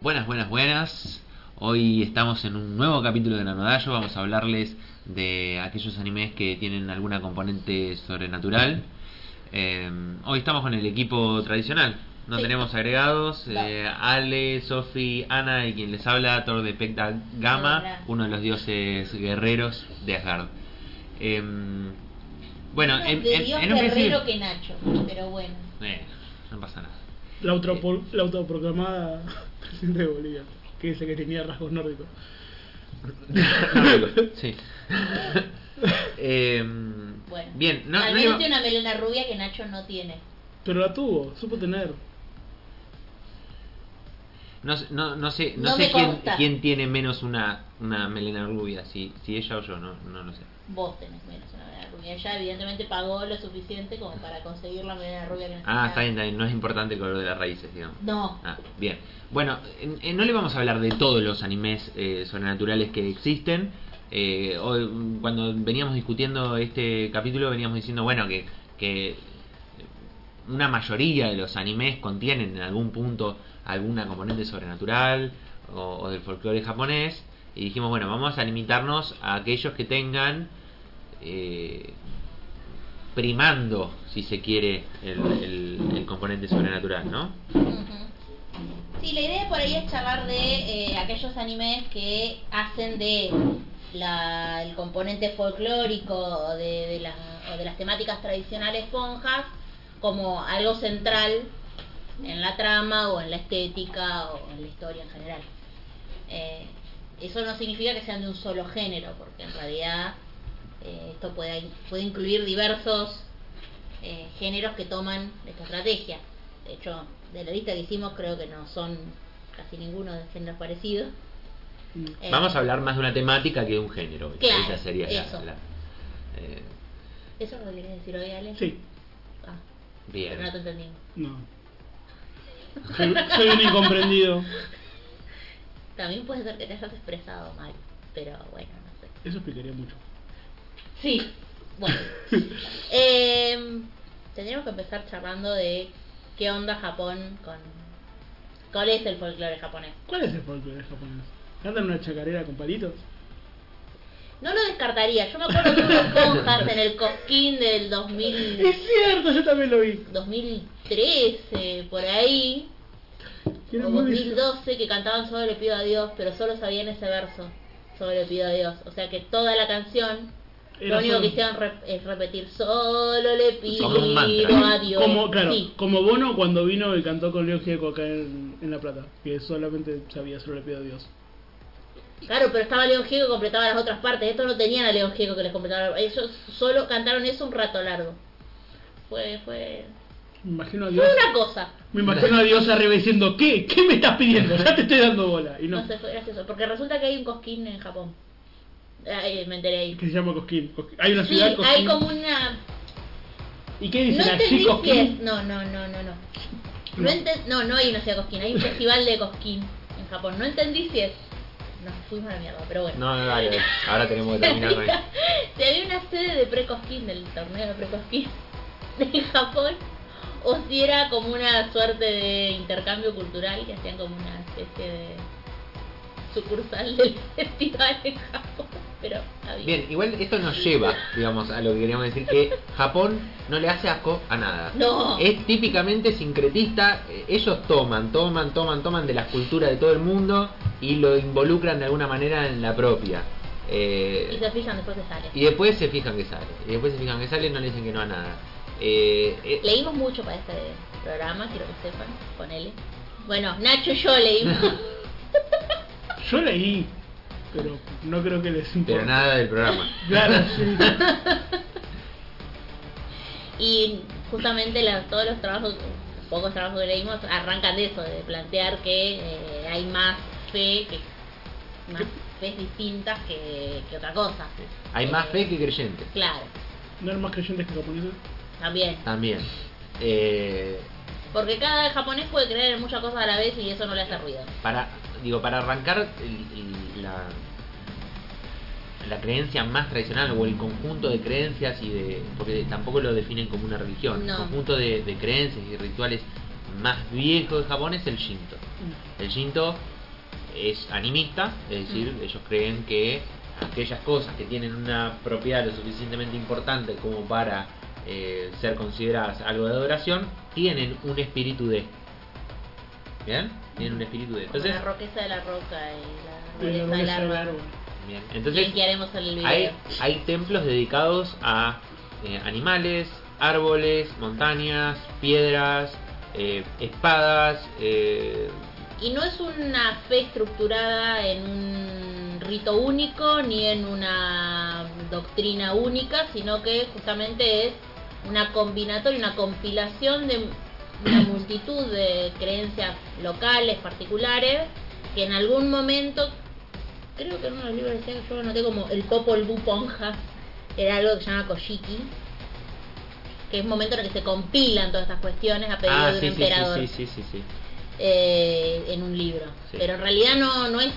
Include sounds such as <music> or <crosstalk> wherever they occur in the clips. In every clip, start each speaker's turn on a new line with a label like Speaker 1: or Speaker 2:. Speaker 1: Buenas, buenas, buenas. Hoy estamos en un nuevo capítulo de Nanodayo. Vamos a hablarles de aquellos animes que tienen alguna componente sobrenatural. Eh, hoy estamos con el equipo tradicional. No
Speaker 2: Sí.
Speaker 1: tenemos agregados.
Speaker 2: No.
Speaker 1: Eh, Ale, Sofi, Ana y quien les habla, Thor de Pecta Gama,
Speaker 2: Hola.
Speaker 1: uno de los dioses guerreros de Asgard. Eh, bueno,
Speaker 2: Yo
Speaker 1: en,
Speaker 2: de
Speaker 1: en-
Speaker 2: Dios
Speaker 1: en un
Speaker 2: guerrero
Speaker 1: principio...
Speaker 2: que Nacho, pero bueno.
Speaker 1: Eh, no pasa nada.
Speaker 3: La, autopro- la autoproclamada <laughs> presidente de Bolivia, que dice que tenía rasgos nórdicos.
Speaker 1: sí. Eh,
Speaker 2: bueno.
Speaker 1: bien, no,
Speaker 2: Al
Speaker 1: no
Speaker 2: menos
Speaker 1: iba-
Speaker 2: tiene una melena rubia que Nacho no tiene.
Speaker 3: Pero la tuvo, supo tener.
Speaker 1: no, sé- no- no sé, no
Speaker 2: No
Speaker 1: sé
Speaker 2: me
Speaker 1: quién,
Speaker 2: consta.
Speaker 1: quién tiene menos una, una melena rubia, si, si ella o yo, no, no lo sé.
Speaker 2: Vos tenés menos una melena rubia. Ella evidentemente pagó lo suficiente como para conseguir la melena rubia que
Speaker 1: Ah,
Speaker 2: necesitaba.
Speaker 1: está bien, está bien, no es importante el color de las raíces, digamos.
Speaker 2: No.
Speaker 1: Ah, bien. Bueno, en- en- no le vamos a hablar de todos los animes eh, sobrenaturales que existen. Eh, hoy, mm, cuando veníamos discutiendo este capítulo, veníamos diciendo, bueno, que, que una mayoría de los animes contienen en algún punto alguna componente sobrenatural o, o del folclore japonés. Y dijimos, bueno, vamos a limitarnos a aquellos que tengan eh, primando, si se quiere, el, el- el componente sobrenatural, ¿no?
Speaker 2: Ujú. Sí, la idea por ahí es charlar de eh, aquellos animes que hacen de la, el componente folclórico o de, de las, o de las temáticas tradicionales ponjas como algo central en la trama o en la estética o en la historia en general. Eh, eso no significa que sean de un solo género, porque en realidad eh, esto puede, puede incluir diversos eh, géneros que toman esta estrategia. De hecho, de la lista que hicimos creo que no son casi ninguno de géneros parecidos.
Speaker 3: Y-
Speaker 2: Eh,
Speaker 1: Vamos a hablar más de una temática que de un género.
Speaker 2: Claro,
Speaker 1: Esa sería la-
Speaker 2: eso.
Speaker 1: la- eh,
Speaker 2: ¿Eso es lo que querías decir hoy, Ale?
Speaker 3: Sí,
Speaker 2: Ah, pero no te
Speaker 1: bien.
Speaker 2: entendimos.
Speaker 3: no. Soy, soy un incomprendido.
Speaker 2: También puede ser que te hayas expresado mal, pero bueno, no sé.
Speaker 3: Eso explicaría mucho.
Speaker 2: Sí, bueno. Em, tendríamos que empezar charlando de qué onda Japón con... ¿Cuál es el folclore japonés?
Speaker 3: ¿Cuál es el folclore japonés? ¿Cantan una chacarera con palitos?
Speaker 2: No lo descartaría. Yo me acuerdo que hubo Ponjas en el Cosquín del 2000...
Speaker 3: ¡Es cierto! Yo también lo vi.
Speaker 2: 2013, por ahí,
Speaker 3: Era
Speaker 2: o
Speaker 3: muy bizarro.
Speaker 2: 2012, que cantaban Solo le pido a Dios, pero solo sabían ese verso, Solo le pido a Dios. O sea que toda la canción,
Speaker 3: Era
Speaker 2: lo único
Speaker 3: solo-
Speaker 2: que hicieron re- es repetir, Solo le pido
Speaker 1: Como un mantra.
Speaker 2: a Dios.
Speaker 3: Como, claro,
Speaker 2: eh, Sí,
Speaker 3: como Bono cuando vino y cantó con Leo Gieco acá en, en La Plata, que solamente sabía, solo le pido a Dios.
Speaker 2: claro, pero estaba León Gieco que completaba las otras partes, estos no tenían a León Gieco que les completaba, ellos solo cantaron eso un rato largo. Fue, fue,
Speaker 3: Me imagino a
Speaker 2: fue
Speaker 3: Dios.
Speaker 2: una cosa.
Speaker 3: Me imagino a Dios arriba diciendo, ¿qué? ¿Qué me estás pidiendo? Ya te estoy dando bola. Y
Speaker 2: No.
Speaker 3: no,
Speaker 2: sé, fue gracioso, porque resulta que hay un cosquín en Japón. Ay, me enteré ahí.
Speaker 3: que se llama Cosquín. Cosquín. Hay una
Speaker 2: Sí,
Speaker 3: ciudad Cosquín.
Speaker 2: hay como una.
Speaker 3: ¿Y
Speaker 2: No
Speaker 3: qué dicen
Speaker 2: entendí
Speaker 3: así
Speaker 2: si es.
Speaker 3: Cosquín?
Speaker 2: No, no, no, no, no. No, enten- no, no hay una ciudad Cosquín, hay un festival de Cosquín en Japón. No entendí si es. Nos fuimos a la mierda, pero bueno.
Speaker 1: No, no, dale, dale. ahora tenemos que terminar
Speaker 2: <laughs>
Speaker 1: con esto.
Speaker 2: Si había una sede de pre-Cosquín, del torneo de pre-Cosquín <laughs> en Japón, o si era como una suerte de intercambio cultural que hacían como una especie de sucursal del <laughs> festival en Japón, pero había.
Speaker 1: Bien, igual esto nos lleva, digamos, a lo que queríamos decir, que Japón no le hace asco a nada.
Speaker 2: No.
Speaker 1: Es típicamente sincretista, eh, ellos toman, toman, toman, toman de las culturas de todo el mundo y lo involucran de alguna manera en la propia. Eh,
Speaker 2: Y se fijan después que sale.
Speaker 1: y después se fijan que sale, y después se fijan que sale y no le dicen que no a nada. Eh, eh,
Speaker 2: Leímos mucho para este programa, quiero que sepan, ponele. Bueno, Nacho y yo leímos.
Speaker 1: <laughs>
Speaker 3: Yo leí, pero no creo que les importe.
Speaker 1: pero nada del programa. <laughs>
Speaker 3: Claro, sí.
Speaker 2: y justamente la- todos los trabajos, los pocos trabajos que leímos, arrancan de eso, de plantear que eh, hay más fe, que más fe distintas que, que otra cosa. Eh,
Speaker 1: Hay más fe que creyentes.
Speaker 2: Claro,
Speaker 3: ¿No eran más creyentes que japoneses?
Speaker 2: también.
Speaker 1: También. Eh,
Speaker 2: Porque cada japonés puede creer en muchas cosas a la vez y eso no le hace ruido.
Speaker 1: para, digo, para arrancar el- el- la, la creencia más tradicional o el conjunto de creencias y de. porque tampoco lo definen como una religión.
Speaker 2: No.
Speaker 1: El conjunto de, de creencias y rituales más viejo de Japón es el Shinto. El Shinto es animista, es decir, ellos creen que aquellas cosas que tienen una propiedad lo suficientemente importante como para eh, ser consideradas algo de adoración, tienen un espíritu de. ¿Bien? Tienen un espíritu de.
Speaker 2: Como
Speaker 1: Entonces,
Speaker 2: la roqueza de la roca y la rudeza
Speaker 3: Y la
Speaker 2: del
Speaker 3: roqueza del
Speaker 2: árbol.
Speaker 3: árbol.
Speaker 1: bien. Entonces,
Speaker 2: Linkearemos el video.
Speaker 1: hay, hay templos dedicados a eh, animales, árboles, montañas, piedras, eh, espadas. eh,
Speaker 2: Y no es una fe estructurada en un rito único ni en una doctrina única, sino que justamente es una combinatoria, una compilación de
Speaker 1: <clears throat>
Speaker 2: una multitud de creencias locales, particulares, que en algún momento, creo que en uno de los libros decía que yo lo noté como el Popol Vuh Ponja, que era algo que se llama Koshiki, que es un momento en el que se compilan todas estas cuestiones a pedido
Speaker 1: ah,
Speaker 2: de un
Speaker 1: sí, sí,
Speaker 2: emperador
Speaker 1: sí, sí, sí, sí.
Speaker 2: eh, en un libro.
Speaker 1: Sí.
Speaker 2: Pero en realidad no, no es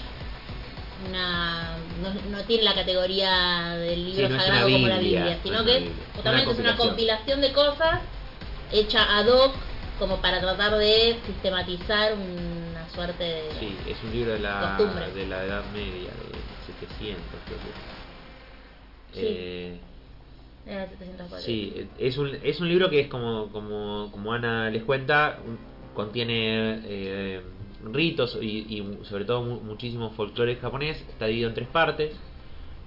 Speaker 2: una. No, no tiene la categoría del libro
Speaker 1: Sí, no es
Speaker 2: sagrado
Speaker 1: una
Speaker 2: como la
Speaker 1: Biblia,
Speaker 2: Biblia, sino
Speaker 1: no es
Speaker 2: que
Speaker 1: una Biblia.
Speaker 2: justamente
Speaker 1: Una
Speaker 2: es una
Speaker 1: compilación.
Speaker 2: compilación de cosas hecha ad hoc como para tratar de sistematizar una suerte de.
Speaker 1: Sí, es un libro de la,
Speaker 2: Costumbre.
Speaker 1: de la Edad Media, de 700, creo que.
Speaker 2: Sí.
Speaker 1: Eh,
Speaker 2: Era 704.
Speaker 1: sí, es un, es un libro que es como, como, como Ana les cuenta, un- contiene eh, ritos y, y sobre todo mu- muchísimos folclores japonés, está dividido en tres partes.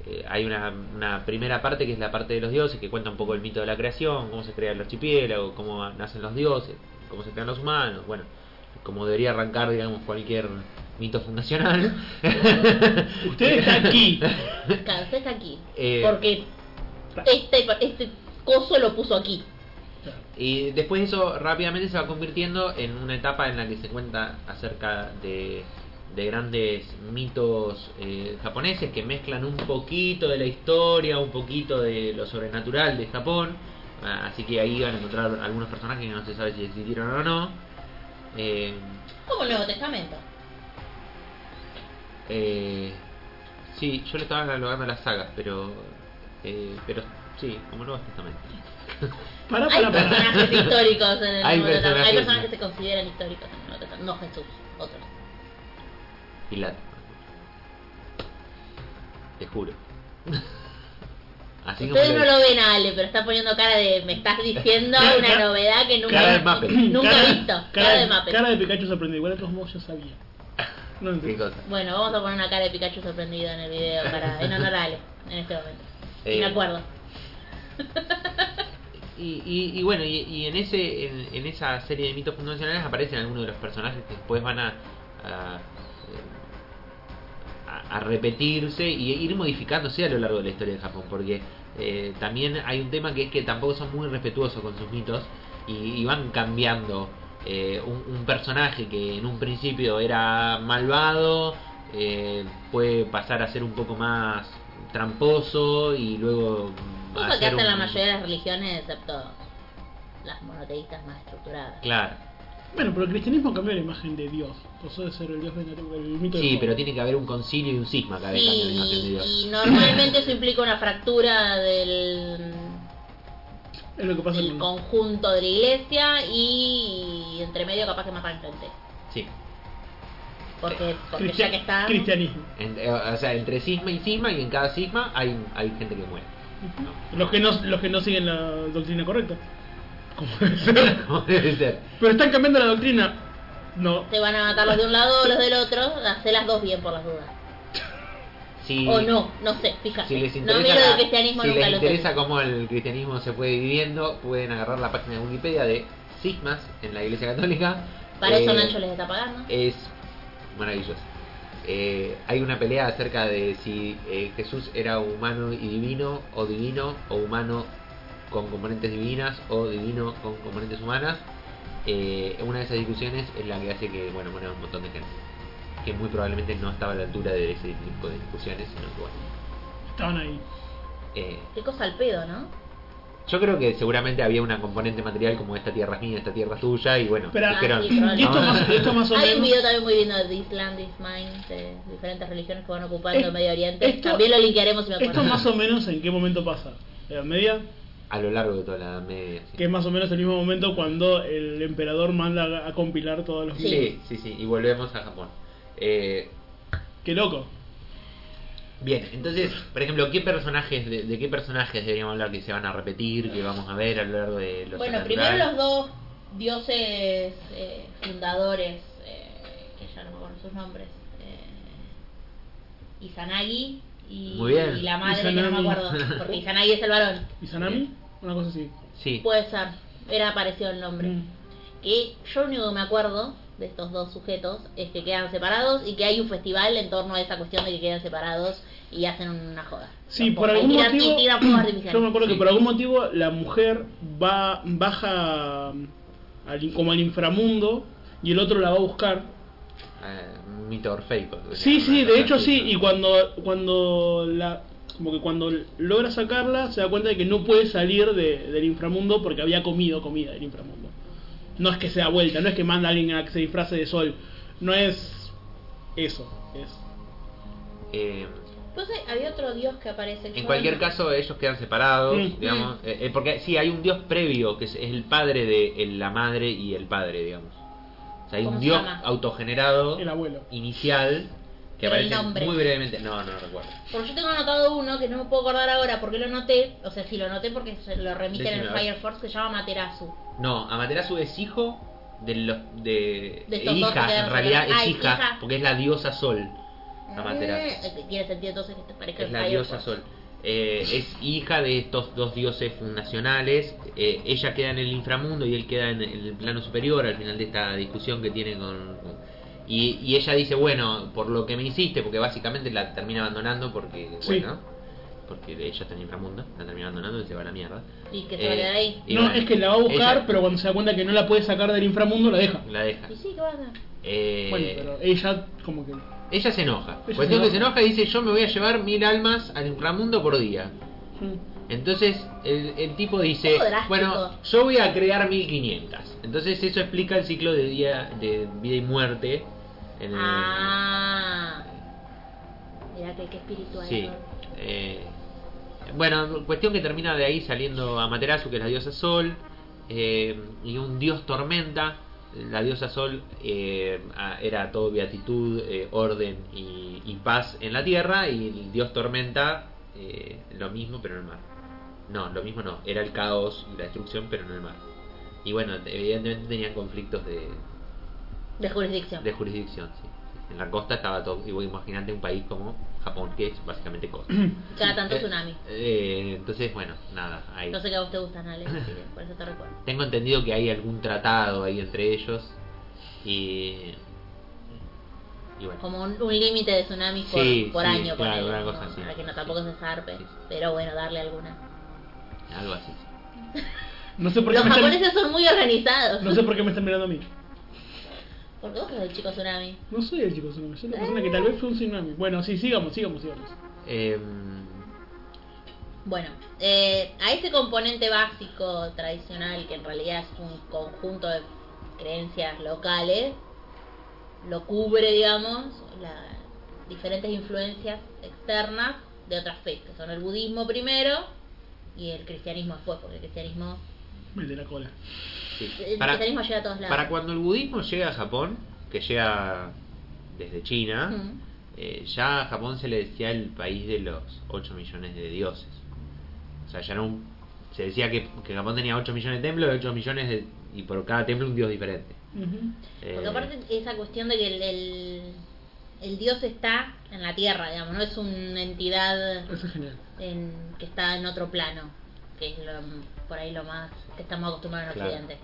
Speaker 1: Eh, hay una, una primera parte que es la parte de los dioses, que cuenta un poco el mito de la creación, cómo se crea el archipiélago, cómo nacen los dioses, cómo se crean los humanos, bueno, como debería arrancar, digamos, cualquier mito fundacional. <laughs>
Speaker 3: Usted está aquí.
Speaker 2: Claro, usted está aquí.
Speaker 1: Eh,
Speaker 2: porque este, este coso lo puso aquí.
Speaker 1: Y después eso rápidamente se va convirtiendo en una etapa en la que se cuenta acerca de, de grandes mitos eh, japoneses que mezclan un poquito de la historia, un poquito de lo sobrenatural de Japón. Ah, Así que ahí van a encontrar algunos personajes que no se sabe si existieron o no. Eh,
Speaker 2: Como el Nuevo Testamento.
Speaker 1: eh, sí, yo le estaba catalogando las sagas, pero, eh, pero sí, como Nuevo Testamento.
Speaker 3: Para,
Speaker 2: Hay
Speaker 3: para, para.
Speaker 2: personajes históricos en el
Speaker 1: Hay
Speaker 2: Nuevo Testamento. Hay
Speaker 1: personajes.
Speaker 2: personas que se consideran históricos en el Nuevo Testamento. No Jesús, otros.
Speaker 1: Pilato. Te
Speaker 2: <laughs>
Speaker 1: juro. Así como
Speaker 2: Ustedes
Speaker 1: le-
Speaker 2: no lo ven a Ale, pero está poniendo cara de me estás diciendo
Speaker 3: Cara-
Speaker 2: una
Speaker 3: cara-
Speaker 2: novedad que nunca,
Speaker 1: cara de Muppet.
Speaker 2: nunca
Speaker 3: Cara-
Speaker 2: he visto. Cara, de Mape.
Speaker 3: Cara de Pikachu sorprendido. Igual de todos modos ya sabía. No lo
Speaker 1: Qué
Speaker 3: entiendo.
Speaker 1: cosa.
Speaker 2: Bueno, vamos a poner una cara de Pikachu sorprendido en el video para, en honor a Ale en este momento.
Speaker 1: Eh.
Speaker 2: Me acuerdo.
Speaker 1: Y, y, y bueno, y, y en ese en, en esa serie de mitos fundacionales aparecen algunos de los personajes que después van a a, eh, a- a repetirse y e ir modificándose a lo largo de la historia de Japón, porque eh, también hay un tema que es que tampoco son muy respetuosos con sus mitos y, y van cambiando eh, un, un personaje que en un principio era malvado, eh, puede pasar a ser un poco más tramposo y luego... mm, a
Speaker 2: Cosa que
Speaker 1: ser
Speaker 2: hacen la
Speaker 1: un-
Speaker 2: mayoría de las religiones, excepto las monoteístas más estructuradas.
Speaker 1: Claro.
Speaker 3: Bueno, pero el cristianismo cambió la imagen de Dios. Pasó de ser el Dios vengativo, el mito
Speaker 1: Sí,
Speaker 3: del
Speaker 1: pero tiene que haber un concilio y un cisma cada vez que cambia la imagen de
Speaker 2: Sí,
Speaker 1: Dios.
Speaker 2: y normalmente eso implica una fractura del
Speaker 3: Es lo que pasa
Speaker 2: el
Speaker 3: con...
Speaker 2: conjunto de la iglesia y entre medio capaz que más para enfrente.
Speaker 1: Sí.
Speaker 2: Porque, porque ya
Speaker 3: Cristian-
Speaker 2: que está...
Speaker 3: Cristianismo.
Speaker 1: En- eh, o sea, entre cisma y cisma, y en cada cisma hay, hay gente que muere.
Speaker 3: Los que, no, los que no siguen la doctrina correcta. Como debe ser.
Speaker 1: <laughs> Como debe ser.
Speaker 3: Pero están cambiando la doctrina. No.
Speaker 2: Te van a matar los de un lado o los del otro, hace las dos bien por las dudas.
Speaker 1: Si,
Speaker 2: O no, no sé, fíjate.
Speaker 1: Si les
Speaker 2: no
Speaker 1: interesa,
Speaker 2: miro
Speaker 1: la-
Speaker 2: de cristianismo
Speaker 1: si
Speaker 2: nunca
Speaker 1: les
Speaker 2: lo
Speaker 1: interesa
Speaker 2: sé.
Speaker 1: cómo el cristianismo se fue dividiendo, pueden agarrar la página de Wikipedia de cismas en la Iglesia Católica.
Speaker 2: Para eso
Speaker 1: Eh,
Speaker 2: Nacho les está pagando.
Speaker 1: es maravilloso. Eh, hay una pelea acerca de si eh, Jesús era humano y divino, o divino o humano con componentes divinas, o divino con componentes humanas. Eh, una de esas discusiones es la que hace que, bueno, muera un montón de gente. Que muy probablemente no estaba a la altura de ese tipo de discusiones, sino que, bueno,
Speaker 3: Estaban ahí.
Speaker 1: eh,
Speaker 2: Qué cosa al pedo, ¿no?
Speaker 1: yo creo que seguramente había una componente material como esta tierra es mía, esta tierra es tuya, y bueno,
Speaker 3: Pero-
Speaker 1: dijeron,
Speaker 2: Ah, sí, probable.
Speaker 3: Y esto más, y esto más o
Speaker 2: Hay un
Speaker 3: menos...
Speaker 2: video también muy lindo de This Land, This Mind, de diferentes religiones que van ocupando
Speaker 3: Es-
Speaker 2: Medio Oriente.
Speaker 3: esto-
Speaker 2: también lo linkearemos si me acuerdo.
Speaker 3: Esto más o menos en qué momento pasa. ¿Edad Media?
Speaker 1: a lo largo de toda la Edad Media. sí.
Speaker 3: Que es más o menos el mismo momento cuando el emperador manda a compilar todos los...
Speaker 2: Sí.
Speaker 1: Sí, sí, sí, y volvemos a Japón. Eh,
Speaker 3: ¡Qué loco!
Speaker 1: bien, entonces, por ejemplo, ¿qué personajes de, de qué personajes deberíamos hablar que se van a repetir, que vamos a ver a lo largo de los
Speaker 2: Bueno, primero los dos dioses eh, fundadores, eh, que ya no me acuerdo sus nombres, eh, Izanagi y,
Speaker 1: Muy bien.
Speaker 2: y la madre que no me
Speaker 3: Izanami.
Speaker 2: acuerdo, porque Izanagi es el varón.
Speaker 3: ¿Y Sanami?
Speaker 1: Bien.
Speaker 3: Una cosa así.
Speaker 1: Sí,
Speaker 2: Puede ser, era parecido el nombre.
Speaker 3: Mm.
Speaker 2: Que yo lo único que me acuerdo de estos dos sujetos es que quedan separados y que hay un festival en torno a esa cuestión de que quedan separados y hacen una joda.
Speaker 3: Sí,
Speaker 2: Los
Speaker 3: por
Speaker 2: ponen-
Speaker 3: algún
Speaker 2: y tiran-
Speaker 3: motivo.
Speaker 2: y tiran fuegos
Speaker 3: Yo me
Speaker 2: artificiales.
Speaker 3: acuerdo que
Speaker 1: Sí.
Speaker 3: por algún motivo la mujer va baja mm, al- como al inframundo y el otro la va a buscar.
Speaker 1: eh, mito orfeico.
Speaker 3: Sí, sí,
Speaker 1: Una cosa
Speaker 3: de hecho
Speaker 1: así,
Speaker 3: sí.
Speaker 1: Pues ¿no?
Speaker 3: Y cuando cuando la como que cuando logra sacarla se da cuenta de que no puede salir de- del inframundo porque había comido comida del inframundo. No es que se da vuelta, no es que manda a alguien a que se disfrace de sol, no es eso. Es
Speaker 1: Eh,
Speaker 2: Pues hay- había otro dios que aparece.
Speaker 1: en cualquier caso, ellos quedan separados,
Speaker 3: Mm.
Speaker 1: digamos. eh, eh, porque sí, hay un dios previo, que es, es el padre de el- la madre y el padre, digamos. O sea, hay
Speaker 2: ¿Cómo
Speaker 1: un
Speaker 2: se
Speaker 1: dios
Speaker 2: llama?
Speaker 1: autogenerado
Speaker 3: el abuelo.
Speaker 1: inicial que
Speaker 2: Pero el
Speaker 1: aparece
Speaker 2: nombre.
Speaker 1: muy brevemente. No, no recuerdo.
Speaker 2: Porque yo tengo anotado uno que no me puedo acordar ahora porque lo noté. O sea, sí lo noté porque se lo remiten en
Speaker 1: Decime,
Speaker 2: el
Speaker 1: a ver.
Speaker 2: Fire Force que se llama Materasu.
Speaker 1: No, Amaterasu es hijo de los de,
Speaker 2: De estos dos que
Speaker 1: hija,
Speaker 2: quedaron
Speaker 1: en realidad
Speaker 2: separados.
Speaker 1: es
Speaker 2: Ah, es
Speaker 1: hija,
Speaker 2: hija.
Speaker 1: porque es la diosa Sol. Amaterasu.
Speaker 2: Eh, Tiene sentido entonces que te parezca
Speaker 1: Ah, Es
Speaker 2: el
Speaker 1: la
Speaker 2: Fire
Speaker 1: diosa
Speaker 2: Force.
Speaker 1: Sol. Eh, es hija de estos dos dioses fundacionales. Eh, ella queda en el inframundo y él queda en el plano superior al final de esta discusión que tiene con... con- y, y ella dice, bueno, por lo que me hiciste, porque básicamente la termina abandonando porque,
Speaker 3: Sí.
Speaker 1: bueno, porque ella está en el inframundo, la termina abandonando y se va a la mierda.
Speaker 2: Y que se va a quedar
Speaker 1: Eh,
Speaker 2: ahí.
Speaker 1: y
Speaker 3: no,
Speaker 1: bueno,
Speaker 3: es que la va a buscar,
Speaker 1: ella
Speaker 3: pero cuando se da cuenta que no la puede sacar del inframundo la deja.
Speaker 1: La deja.
Speaker 2: Y sí, ¿qué pasa?
Speaker 1: Eh,
Speaker 3: Bueno, pero ella como que
Speaker 1: Ella se enoja.
Speaker 3: Ella
Speaker 1: Cuestión
Speaker 3: se
Speaker 1: que se
Speaker 3: enoja.
Speaker 1: enoja y dice, yo me voy a llevar mil almas al inframundo por día.
Speaker 3: hmm,
Speaker 1: Entonces el, el tipo dice,
Speaker 2: poco drástico.
Speaker 1: bueno, yo voy a crear 1500. Entonces eso explica el ciclo de día de vida y muerte. En el-
Speaker 2: Ah. Mirá que, que espiritual.
Speaker 1: Sí.
Speaker 2: ¿no?
Speaker 1: Eh, bueno, cuestión que termina de ahí saliendo Amaterasu, que es la diosa Sol, eh, y un dios Tormenta. La diosa Sol eh, a- era todo beatitud, eh, orden y, y paz en la tierra, y el dios Tormenta eh, lo mismo, pero en el mar. No, lo mismo no, era el caos y la destrucción, pero en el mar. Y bueno, evidentemente tenían conflictos de,
Speaker 2: De jurisdicción.
Speaker 1: de jurisdicción. sí. En la costa estaba todo, y vos imaginate un país como Japón, que es básicamente costa.
Speaker 2: Cada tanto
Speaker 1: Eh,
Speaker 2: tsunami.
Speaker 1: eh, entonces, bueno, nada, ahí.
Speaker 2: No sé que a vos te
Speaker 1: <laughs>
Speaker 2: gustan, Ale. así que Por eso te recuerdo.
Speaker 1: Tengo entendido que hay algún tratado ahí entre ellos y. Y bueno.
Speaker 2: Como un, un límite de tsunamis por,
Speaker 1: Sí,
Speaker 2: por
Speaker 1: sí,
Speaker 2: año.
Speaker 1: claro,
Speaker 2: ponele,
Speaker 1: una
Speaker 2: ¿no?
Speaker 1: cosa así.
Speaker 2: Para que no tampoco se zarpe.
Speaker 1: Sí.
Speaker 2: Pero bueno, darle alguna.
Speaker 1: Algo así.
Speaker 3: No sé por qué
Speaker 2: Los
Speaker 3: me están-
Speaker 2: japoneses son muy organizados.
Speaker 3: <laughs> No sé por qué me están mirando a mí.
Speaker 2: ¿Por qué vos sos el chico tsunami?
Speaker 3: No soy el chico tsunami, soy una persona que tal vez fue un tsunami. Bueno, sí, sigamos, sigamos, sigamos.
Speaker 1: Em,
Speaker 2: Bueno, eh, a ese componente básico tradicional, que en realidad es un conjunto de creencias locales, lo cubre, digamos, las diferentes influencias externas de otras fe, que son el budismo primero y el cristianismo después, porque el cristianismo,
Speaker 3: El de la cola.
Speaker 1: sí.
Speaker 2: el
Speaker 1: Para,
Speaker 2: cristianismo llega a todos lados.
Speaker 1: para cuando el budismo llega a Japón, que llega desde China,
Speaker 2: Mm.
Speaker 1: eh, ya a Japón se le decía el país de los 8 millones de dioses. O sea, ya era un- Se decía que, que Japón tenía 8 millones de templos, 8 millones de- y por cada templo un dios diferente.
Speaker 2: Porque
Speaker 1: Eh,
Speaker 2: aparte esa cuestión de que el, el, el dios está en la tierra, digamos, no es una entidad...
Speaker 3: Eso es genial.
Speaker 2: en, que está en otro plano, que es lo, por ahí lo más que estamos acostumbrados en
Speaker 1: Claro.
Speaker 2: Occidente.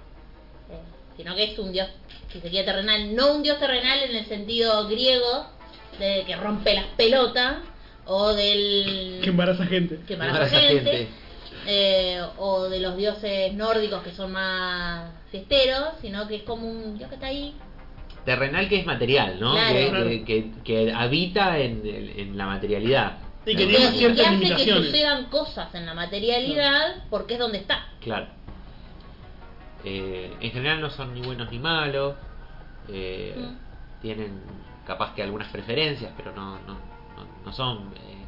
Speaker 2: Eh, sino que es un dios, si se quiere, terrenal, no un dios terrenal en el sentido griego, de que rompe las pelotas, o del...
Speaker 3: Que embaraza gente.
Speaker 1: <laughs>
Speaker 2: que embaraza
Speaker 1: Embaraza
Speaker 2: gente,
Speaker 1: gente.
Speaker 2: eh, o de los dioses nórdicos que son más fiesteros, sino que es como un dios que está ahí,
Speaker 1: Terrenal que es material, ¿no?
Speaker 2: Claro.
Speaker 1: Que,
Speaker 3: Claro.
Speaker 1: que- que- que habita en, en- en la materialidad.
Speaker 3: Y que
Speaker 1: De
Speaker 3: tiene
Speaker 1: alguna
Speaker 2: que
Speaker 3: cierta-
Speaker 1: manera.
Speaker 2: hace que
Speaker 3: limitaciones.
Speaker 2: sucedan cosas en la materialidad, porque es donde está.
Speaker 1: Claro. Eh, en general no son ni buenos ni malos. Eh, Tienen capaz que algunas preferencias, pero no, no, no, no son eh,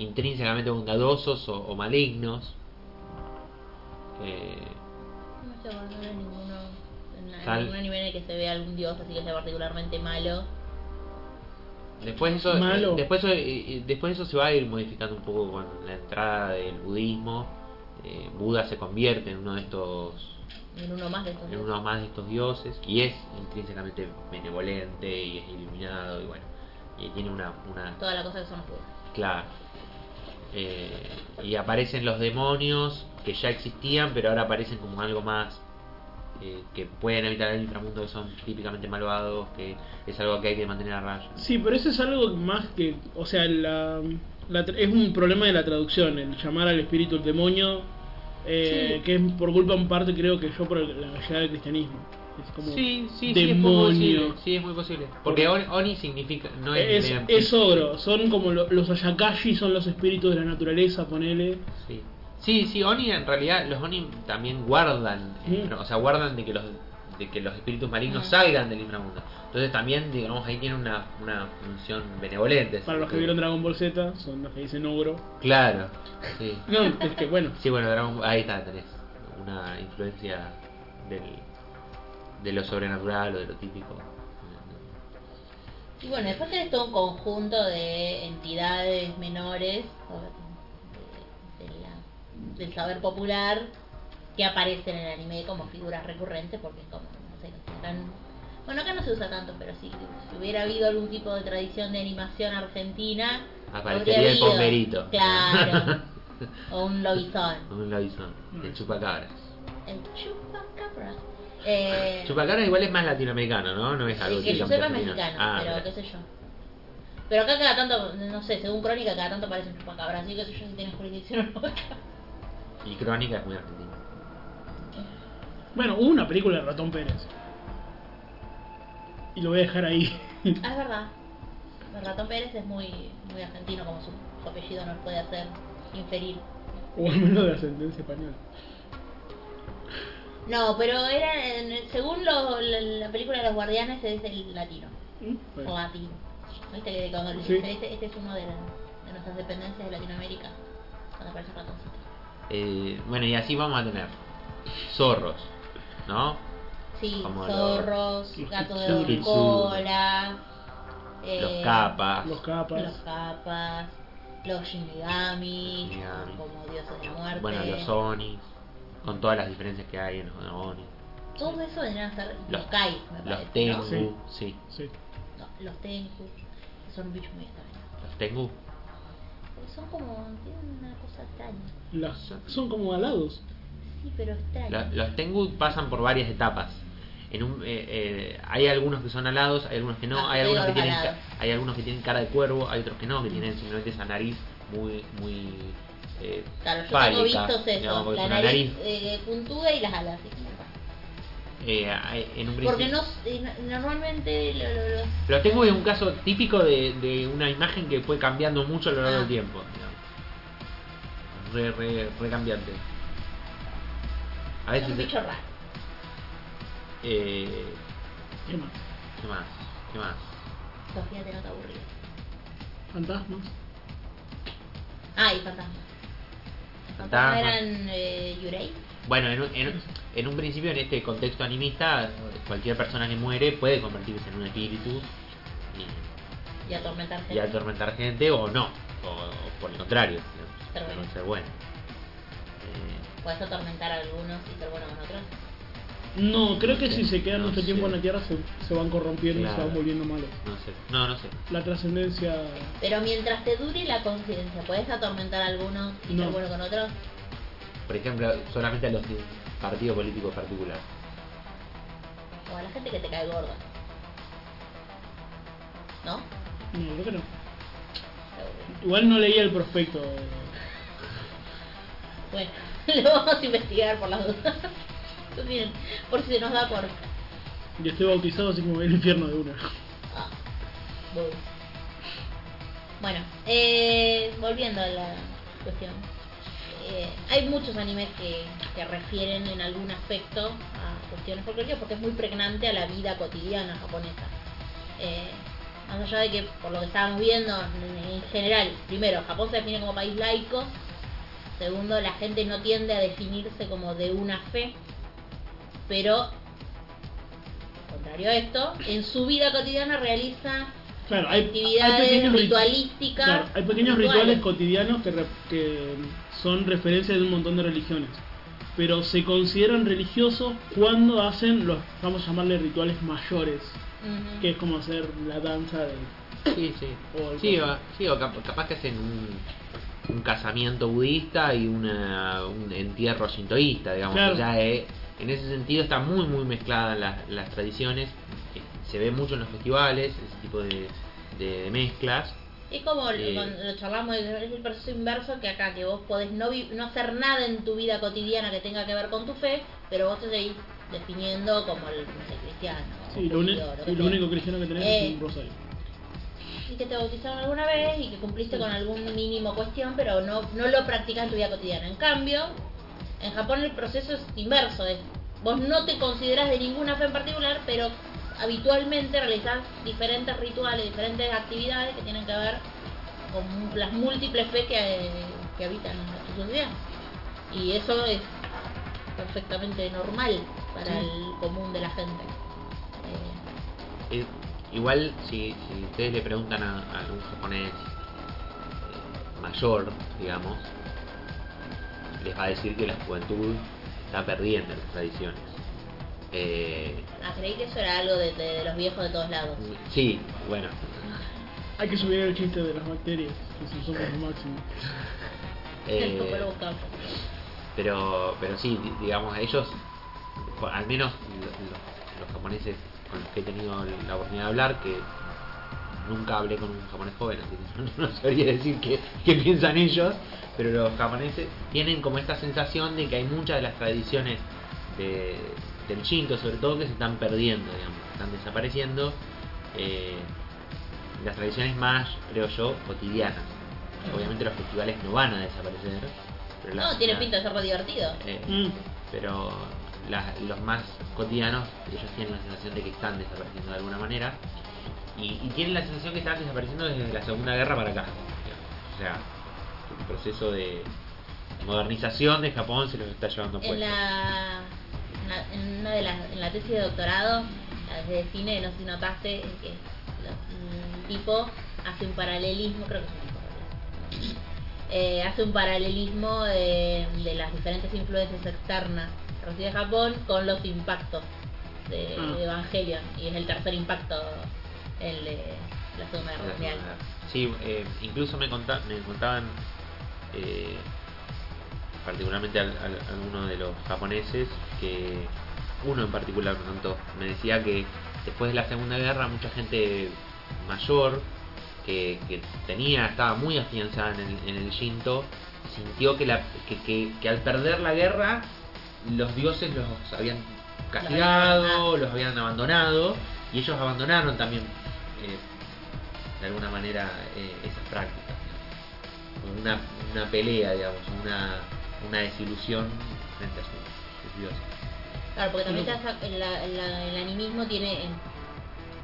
Speaker 1: intrínsecamente bondadosos o, o malignos. Eh,
Speaker 2: No estoy acordando de ninguno. en- en
Speaker 1: Tal-
Speaker 2: ningún anime en el que se vea algún dios así que sea particularmente malo.
Speaker 1: Después eso,
Speaker 3: Malo.
Speaker 1: eh, después, eso- eh, eh, después eso se va a ir modificando un poco con la entrada del budismo. Eh, Buda se convierte en uno de estos,
Speaker 2: En uno más de estos
Speaker 1: en
Speaker 2: dioses.
Speaker 1: uno más de estos dioses y es intrínsecamente benevolente y es iluminado y bueno, y tiene una, una
Speaker 2: Toda la cosa que son los dioses.
Speaker 1: claro. Eh, y aparecen los demonios que ya existían, pero ahora aparecen como algo más eh, que pueden habitar el inframundo, que son típicamente malvados, que es algo que hay que mantener a raya.
Speaker 3: Sí, pero eso es algo más que. O sea, la, la tra- es un problema de la traducción, el llamar al espíritu el demonio, eh,
Speaker 2: Sí.
Speaker 3: que es por culpa en parte, creo que yo, por el- la llegada del cristianismo. Es como.
Speaker 1: sí, sí, sí, es muy
Speaker 3: demonio.
Speaker 1: posible. Sí, es muy posible. Porque on- Oni significa. No es.
Speaker 3: Es,
Speaker 1: de-
Speaker 3: es ogro, son como lo- los Ayakashi, son los espíritus de la naturaleza, ponele.
Speaker 1: Sí. sí, sí, Oni en realidad. Los Oni también guardan. el
Speaker 3: Mm.
Speaker 1: infra- O sea, guardan de que los de que los espíritus malignos
Speaker 2: Ah.
Speaker 1: salgan del inframundo. Entonces también, digamos, ahí tiene una, una función benevolente.
Speaker 3: Para los que vieron Dragon Ball Z, son los que dicen ogro.
Speaker 1: Claro, sí.
Speaker 3: <laughs> No, es que bueno.
Speaker 1: Sí, bueno, Dragon Ball- ahí está, tenés una influencia del, de lo sobrenatural o de lo típico.
Speaker 2: Y bueno, después tenés todo un conjunto de entidades menores o de- de la- del saber popular que aparecen en el anime como figuras recurrentes porque es como, no sé, están... Bueno, acá no se usa tanto, pero sí, si hubiera habido algún tipo de tradición de animación argentina,
Speaker 1: Aparecería
Speaker 2: habría
Speaker 1: el
Speaker 2: habido,
Speaker 1: pomberito.
Speaker 2: Claro.
Speaker 1: <laughs>
Speaker 2: o un lobizón.
Speaker 1: Un lobizón,
Speaker 2: Mm.
Speaker 1: el chupacabras.
Speaker 2: El chupacabra. Eh,
Speaker 1: Chupacabra igual es más latinoamericano, ¿no? No es algo
Speaker 2: Sí, que yo
Speaker 1: digan
Speaker 2: sepa es
Speaker 1: argentino.
Speaker 2: mexicano,
Speaker 1: Ah,
Speaker 2: pero
Speaker 1: mira.
Speaker 2: qué sé yo. Pero acá cada tanto, no sé, según crónica, cada tanto aparece un chupacabra, así que qué sé yo si tienes jurisdicción o no.
Speaker 1: <laughs> Y Crónica es muy argentina.
Speaker 3: Bueno, hubo una película de Ratón Pérez. Y lo voy a dejar ahí. <laughs>
Speaker 2: Ah, es verdad. El ratón Pérez es muy, muy argentino, como su, su apellido nos puede hacer inferir.
Speaker 3: o al menos de ascendencia española.
Speaker 2: No, pero era, en- según lo- la, la película de los guardianes, es el latino.
Speaker 3: ¿Mm? Bueno.
Speaker 2: Latino. ¿Viste que cuando le
Speaker 3: Sí.
Speaker 2: dicen, este, este es uno de, la- de nuestras dependencias de Latinoamérica? Cuando aparece el ratoncito.
Speaker 1: Eh, bueno, y así vamos a tener zorros, ¿no?
Speaker 2: Sí,
Speaker 1: Como
Speaker 2: zorros,
Speaker 3: los-
Speaker 2: gatos
Speaker 3: los
Speaker 2: de
Speaker 1: kitsunes.
Speaker 2: cola,
Speaker 1: Los capas.
Speaker 3: Los capas.
Speaker 2: Eh, los capas, los shinigami,
Speaker 1: Los shinigami.
Speaker 2: como dioses de la muerte.
Speaker 1: Bueno, los onis, con todas las diferencias que hay en los onis.
Speaker 2: Todo eso deberían ser los kai, me
Speaker 1: Los
Speaker 2: parece.
Speaker 1: tengu,
Speaker 2: ¿no?
Speaker 1: sí.
Speaker 3: Sí. Sí.
Speaker 2: No, los tengu, que son bichos muy extraños.
Speaker 1: Los tengu.
Speaker 2: Son como, tienen una cosa extraña.
Speaker 3: Las- son como alados.
Speaker 2: Sí, pero extraña.
Speaker 1: La- los tengu pasan por varias etapas. En un, eh, eh, hay algunos que son alados, hay algunos que no,
Speaker 2: Ah,
Speaker 1: hay algunos que
Speaker 2: pero
Speaker 1: tienen,
Speaker 2: los
Speaker 1: ca-
Speaker 2: alados.
Speaker 1: hay algunos que tienen cara de cuervo, hay otros que no, que tienen simplemente esa nariz muy, muy eh,
Speaker 2: Claro, yo tengo
Speaker 1: fálica,
Speaker 2: vistos
Speaker 1: digamos,
Speaker 2: eso,
Speaker 1: porque
Speaker 2: la
Speaker 1: es
Speaker 2: nariz,
Speaker 1: una nariz.
Speaker 2: eh, puntuda y las alas. sí.
Speaker 1: Eh, hay- en un
Speaker 2: Porque
Speaker 1: principio-
Speaker 2: no, eh, normalmente lo- lo- los
Speaker 1: Lo tengo es un caso típico de, de una imagen que fue cambiando mucho a lo largo
Speaker 2: Ah.
Speaker 1: del tiempo. Re, re, re cambiante. A
Speaker 2: son
Speaker 1: veces.
Speaker 2: un bicho raro.
Speaker 1: eh,
Speaker 3: ¿Qué más?
Speaker 1: ¿Qué más? ¿Qué más?
Speaker 2: Sofía te nota aburrida.
Speaker 3: Fantasmas.
Speaker 2: Ah, y fantasma.
Speaker 1: Fantasma.
Speaker 2: Fantasma eran eh, Yurei.
Speaker 1: Bueno, en un, en, en un principio, en este contexto animista, cualquier persona que muere puede convertirse en un espíritu y,
Speaker 2: Y atormentar gente.
Speaker 1: y atormentar gente o no, o, o por el contrario, ¿no?
Speaker 2: Pero bueno.
Speaker 1: Puede ser bueno. Eh,
Speaker 2: Puedes atormentar a algunos y ser bueno con otros.
Speaker 3: No, creo que
Speaker 1: Sí,
Speaker 3: si se quedan
Speaker 1: no
Speaker 3: mucho
Speaker 1: sé.
Speaker 3: tiempo en la Tierra se, se van corrompiendo y se
Speaker 1: Claro.
Speaker 3: van volviendo malos.
Speaker 1: no sé, no, no sé.
Speaker 3: La trascendencia...
Speaker 2: Pero mientras te dure la conciencia, ¿puedes atormentar a algunos y
Speaker 3: No.
Speaker 2: ser bueno con otros?
Speaker 1: por ejemplo, solamente a los de un partido político particular.
Speaker 2: O a la gente que te cae gorda. ¿No?
Speaker 3: No, creo que no. Igual no leía el prospecto.
Speaker 2: Bueno, <laughs> lo vamos a investigar por las dudas. <laughs> Bien, por si se nos da por.
Speaker 3: Yo estoy bautizado así como el infierno de una.
Speaker 2: Ah, voy. Bueno, eh, volviendo a la cuestión. Eh, hay muchos animes que, que refieren en algún aspecto a cuestiones folclóricas porque es muy pregnante a la vida cotidiana japonesa. Eh, más allá de que, por lo que estábamos viendo, en, en general, primero, Japón se define como país laico, Segundo, la gente no tiende a definirse como de una fe, pero, contrario a esto, en su vida cotidiana realiza
Speaker 3: Claro, hay,
Speaker 2: actividades
Speaker 3: hay pequeños rit-
Speaker 2: ritualísticas.
Speaker 3: claro, hay pequeños rituales
Speaker 2: rituales.
Speaker 3: cotidianos que, re- que mm, son referencias de un montón de religiones, pero se consideran religiosos cuando hacen los, vamos a llamarle rituales mayores,
Speaker 2: Ujú.
Speaker 3: que es como hacer la danza de...
Speaker 1: Sí, sí.
Speaker 3: O el
Speaker 1: Sí,
Speaker 3: coso.
Speaker 1: o, sí, o cap- capaz que hacen un, un casamiento budista y una, un entierro sintoísta, digamos.
Speaker 3: Claro.
Speaker 1: Ya, eh, en ese sentido está muy, muy mezclada las, las tradiciones. eh, Se ve mucho en los festivales, ese tipo de, de- de mezclas.
Speaker 2: Es como lo-
Speaker 1: Eh.
Speaker 2: cuando lo charlamos, es el proceso inverso que acá, que vos podés no, vi- no hacer nada en tu vida cotidiana que tenga que ver con tu fe, pero vos te seguís definiendo como el, no sé, cristiano. o
Speaker 3: Sí, lo, uni-
Speaker 2: judío, lo que
Speaker 3: y lo
Speaker 2: sea.
Speaker 3: único cristiano que tenés
Speaker 2: Eh.
Speaker 3: es un rosario.
Speaker 2: Y que te bautizaron alguna vez y que cumpliste con algún mínimo cuestión, pero no, no lo practicas en tu vida cotidiana. En cambio, en Japón el proceso es inverso. es- vos no te considerás de ninguna fe en particular, pero habitualmente realizás diferentes rituales, diferentes actividades que tienen que ver con las múltiples fe que, que habitan en tu sociedad. Y eso es perfectamente normal para el común de la gente. Eh,
Speaker 1: Eh, igual, si, si ustedes le preguntan a, a algún japonés eh, mayor, digamos, les va a decir que la juventud está perdiendo las tradiciones. Eh,
Speaker 2: Ah, creí que eso era algo de, de- de los viejos de todos lados.
Speaker 1: sí, bueno,
Speaker 3: Hay que subir el chiste de las bacterias, que si somos los máximos.
Speaker 1: Eh,
Speaker 2: Después lo buscamos.
Speaker 1: pero, pero sí, di- digamos, a ellos, por- al menos lo- lo- los japoneses con los que he tenido la oportunidad de hablar, que nunca hablé con un japonés joven, así que <laughs> no sabría decir qué, qué piensan ellos, pero los japoneses tienen como esta sensación de que hay muchas de las tradiciones de- del Shinto, sobre todo, que se están perdiendo, digamos, están desapareciendo. eh, las tradiciones más, creo yo, cotidianas. Obviamente los festivales no van a desaparecer. Pero las-
Speaker 2: No, tiene
Speaker 1: las-
Speaker 2: pinta de ser re divertido.
Speaker 1: eh,
Speaker 3: Mm.
Speaker 1: pero las- los más cotidianos, ellos tienen la sensación de que están desapareciendo de alguna manera. Y, y tienen la sensación que están desapareciendo desde la Segunda Guerra para acá. O sea, el proceso de modernización de Japón se los está llevando
Speaker 2: En
Speaker 1: puesto.
Speaker 2: la, en la- en una de las, en la tesis de doctorado, la de cine, no sé si notaste, es que lo- un tipo hace un paralelismo, creo que es un tipo, ¿verdad? Eh, hace un paralelismo de, de las diferentes influencias externas que recibe Japón con los impactos de,
Speaker 3: Ah.
Speaker 2: de Evangelion y es el tercer impacto el de la Segunda Guerra Mundial.
Speaker 1: Sí, eh, incluso me, conta- me contaban, eh, particularmente al- al- alguno de los japoneses, que uno en particular me contó, me decía que después de la Segunda Guerra mucha gente mayor que, que tenía, estaba muy afianzada en el, en el Shinto, sintió que, la, que, que- que al perder la guerra los dioses los habían castigado, los habían abandonado y ellos abandonaron también eh, de alguna manera eh, esas prácticas. Como Una, una pelea, digamos, una, una desilusión frente a sus, sus dioses.
Speaker 2: Claro, porque también
Speaker 3: Ujú.
Speaker 2: está esa- el, la- el animismo tiene en-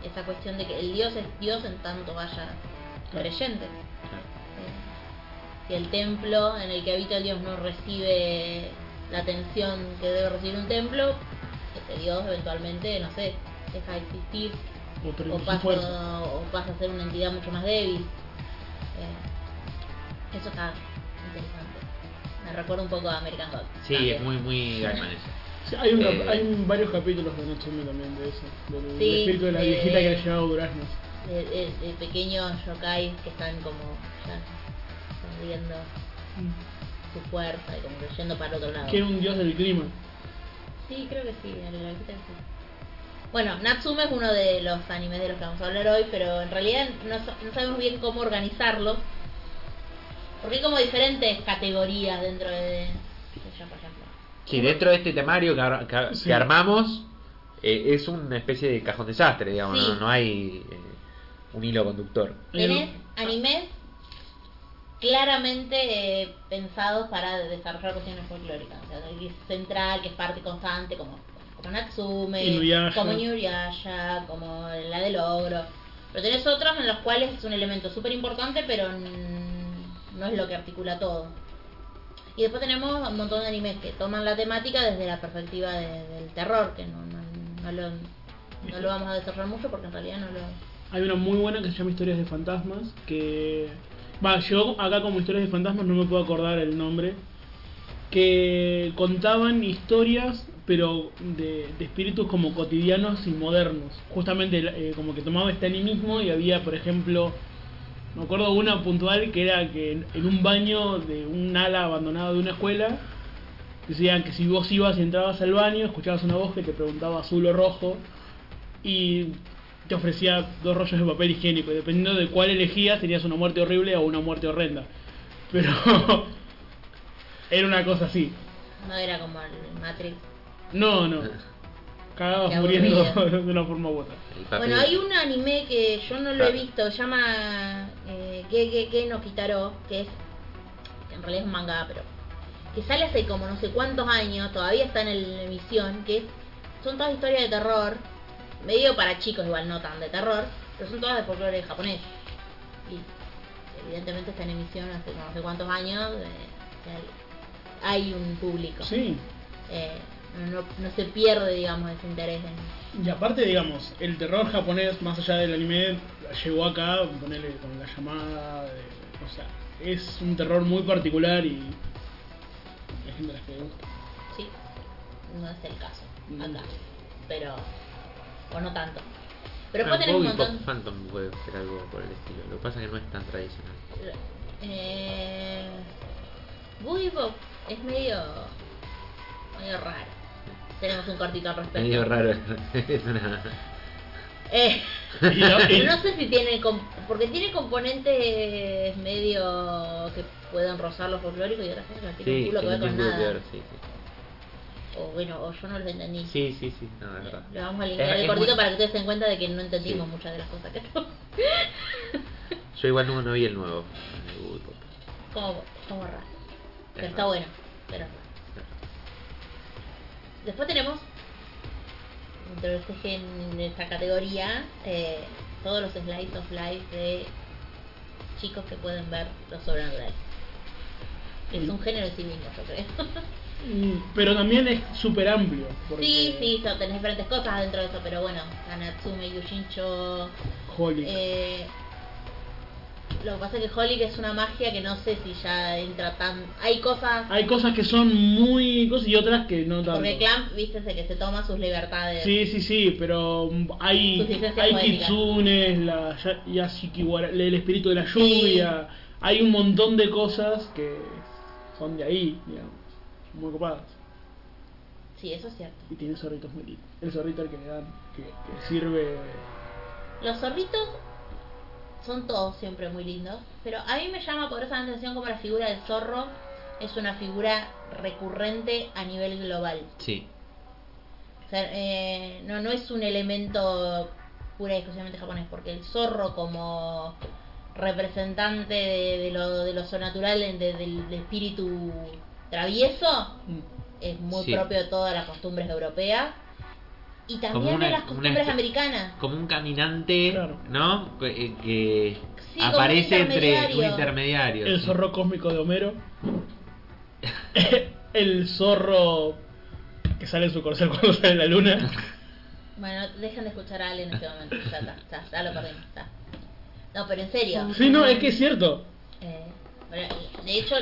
Speaker 2: esa cuestión de que el dios es dios en tanto vaya creyente. Eh, Si el templo en el que habita el dios no recibe la atención que debe recibir un templo, ese dios eventualmente, no sé, deja de existir
Speaker 3: O
Speaker 2: o
Speaker 3: perdemos su fuerza.
Speaker 2: pasa, o pasa a ser una entidad mucho más débil. Eh, eso está interesante. Me recuerda un poco a American God.
Speaker 1: Sí, es
Speaker 2: también.
Speaker 1: muy, muy Gaiman eso.
Speaker 3: Sí, hay, un cap-
Speaker 1: Eh.
Speaker 3: hay un- varios capítulos de Natsume también de eso, del del
Speaker 2: Sí,
Speaker 3: espíritu de la
Speaker 2: eh.
Speaker 3: viejita que le llevaba duraznos.
Speaker 2: de, de- de pequeños yokai que están como ya perdiendo su fuerza y como que yendo para el otro lado.
Speaker 3: Que era un dios del clima.
Speaker 2: Sí, creo que sí, el arquitecto sí. Bueno, Natsume es uno de los animes de los que vamos a hablar hoy, pero en realidad no, sa- no sabemos bien cómo organizarlo. Porque hay como diferentes categorías dentro de, de ya, por ejemplo.
Speaker 1: Sí, dentro de este temario que, ar- que ar-
Speaker 3: Sí.
Speaker 1: que armamos, eh, es una especie de cajón desastre, digamos,
Speaker 2: Sí.
Speaker 1: no, no hay eh, un hilo conductor.
Speaker 2: Tenés
Speaker 3: Eh,
Speaker 2: animes claramente eh, pensados para desarrollar cuestiones folclóricas. O sea, el central, que es parte constante, como, como Natsume,
Speaker 3: Inuyasha.
Speaker 2: como Inuyasha, como la del ogro. Pero tenés otros en los cuales es un elemento súper importante, pero mm, no es lo que articula todo. Y después tenemos un montón de animes que toman la temática desde la perspectiva de- del terror, que no, no, no lo, no lo vamos a desarrollar mucho porque en realidad no lo...
Speaker 3: Hay una muy buena que se llama Historias de Fantasmas, que... Va, yo acá como Historias de Fantasmas no me puedo acordar el nombre. Que contaban historias, pero de, de espíritus como cotidianos y modernos. Justamente eh, como que tomaba este animismo y había, por ejemplo, me acuerdo una puntual que era que en, en un baño de un ala abandonado de una escuela, decían que si vos ibas y entrabas al baño, escuchabas una voz que te preguntaba azul o rojo y te ofrecía dos rollos de papel higiénico. Y dependiendo de cuál elegías, tenías una muerte horrible o una muerte horrenda. Pero <laughs> era una cosa así.
Speaker 2: No era como el Matrix.
Speaker 3: No, no.
Speaker 2: Qué
Speaker 3: Cagabas muriendo
Speaker 2: aburrido.
Speaker 3: <laughs> de una forma u otra.
Speaker 1: El papel-
Speaker 2: Bueno, hay un anime que yo no lo he
Speaker 1: Claro.
Speaker 2: visto, se llama eh, que no Kitaro, que es, que en realidad es un manga, pero que sale hace como no sé cuántos años, todavía está en el- en emisión, que es, son todas historias de terror, medio para chicos igual, no tan de terror, pero son todas de folclore japonés. Y evidentemente está en emisión hace no sé cuántos años, eh, ya hay un público.
Speaker 3: Sí.
Speaker 2: Eh, no, no se pierde, digamos, ese interés en...
Speaker 3: Y aparte, digamos, el terror japonés, más allá del anime, llegó acá, ponele con la llamada. de- o sea, es un terror muy particular y. La gente a las que
Speaker 2: <laughs>
Speaker 3: le gusta.
Speaker 2: Sí, no es el caso
Speaker 3: Mm.
Speaker 2: acá. Pero, o no tanto. Pero puede tener un
Speaker 1: Bobby Pop
Speaker 2: montón.
Speaker 1: Phantom puede ser algo por el estilo. Lo que pasa es que no es tan tradicional.
Speaker 2: Eh, Boogie Bob es medio. medio raro. Tenemos un cortito al respecto.
Speaker 1: Medio raro. <laughs> es una... <laughs>
Speaker 2: Eh,
Speaker 3: Y la- y-
Speaker 2: pero no sé si tiene. com- porque tiene componentes medio. que pueden rozar los folclóricos y otras cosas que no tienen
Speaker 1: Sí,
Speaker 2: culo que ver
Speaker 1: tiene un
Speaker 2: con
Speaker 1: culo
Speaker 2: nada.
Speaker 1: que ver, sí, sí.
Speaker 2: O bueno, o yo no los entendí.
Speaker 1: Sí, sí, sí, no, es verdad.
Speaker 2: Le vamos a linkear
Speaker 1: Es-
Speaker 2: el
Speaker 1: es
Speaker 2: cortito
Speaker 1: muy-
Speaker 2: para que ustedes se den cuenta de que no entendimos
Speaker 1: Sí.
Speaker 2: muchas de las cosas que no.
Speaker 1: Yo igual no, no vi el nuevo. de Bobby Pop.
Speaker 2: como, como raro. Pero
Speaker 1: Es
Speaker 2: está
Speaker 1: raro.
Speaker 2: bueno. Pero es raro. Después tenemos, dentro de este gen- de esta categoría, eh, todos los slides of life de chicos que pueden ver los sobrenatural. Es un género en sí mismo, yo creo. <laughs>
Speaker 3: Mm, Pero también es súper amplio. porque-
Speaker 2: sí, sí, so- tenés diferentes cosas dentro de eso, pero bueno, Kanatsume, Yushincho,
Speaker 3: Holy.
Speaker 2: Eh, lo que pasa es que Holic es una magia que no sé si ya entra tan... Hay cosas...
Speaker 3: Hay cosas que son muy cosas y otras que no tanto.
Speaker 2: porque eh, Clamp, viste, es el que se toma sus libertades.
Speaker 3: Sí, sí, sí, pero mm, hay,
Speaker 2: Sus licencias
Speaker 3: hay
Speaker 2: poéticas.
Speaker 3: kitsunes, la ya- yashikiwara, el espíritu de la
Speaker 2: Sí.
Speaker 3: lluvia, hay un montón de cosas que son de ahí, digamos, muy copadas.
Speaker 2: Sí, eso es cierto.
Speaker 3: Y tiene zorritos muy lindos. El zorrito al que le dan, que, que sirve.
Speaker 2: Los zorritos son todos siempre muy lindos, pero a mí me llama poderosamente la atención como la figura del zorro es una figura recurrente a nivel global.
Speaker 1: Sí,
Speaker 2: O sea, eh, no, no es un elemento pura y exclusivamente japonés, porque el zorro como representante de, de lo, de lo sobrenatural, de- de- del espíritu travieso,
Speaker 3: mm,
Speaker 2: es muy
Speaker 1: Sí.
Speaker 2: propio de todas las costumbres europeas y
Speaker 1: Como
Speaker 2: también
Speaker 1: una-
Speaker 2: de las
Speaker 1: una este-
Speaker 2: costumbres
Speaker 1: espe-
Speaker 2: americanas.
Speaker 1: como un caminante,
Speaker 3: Claro.
Speaker 1: ¿no? Que, eh, que
Speaker 2: Sí, como
Speaker 1: aparece
Speaker 2: un
Speaker 1: entre un
Speaker 2: intermediario.
Speaker 1: intermediario.
Speaker 3: El
Speaker 1: sí.
Speaker 3: zorro cósmico de Homero. <laughs> el zorro que sale en su corcel <laughs> cuando sale
Speaker 1: <laughs>
Speaker 3: la luna.
Speaker 2: Bueno, dejen de escuchar a Ale en este momento, ya, está, ya, ya lo perdimos. ya. No, pero en serio.
Speaker 3: Sí, no, es que es cierto.
Speaker 2: Eh, bueno, de hecho,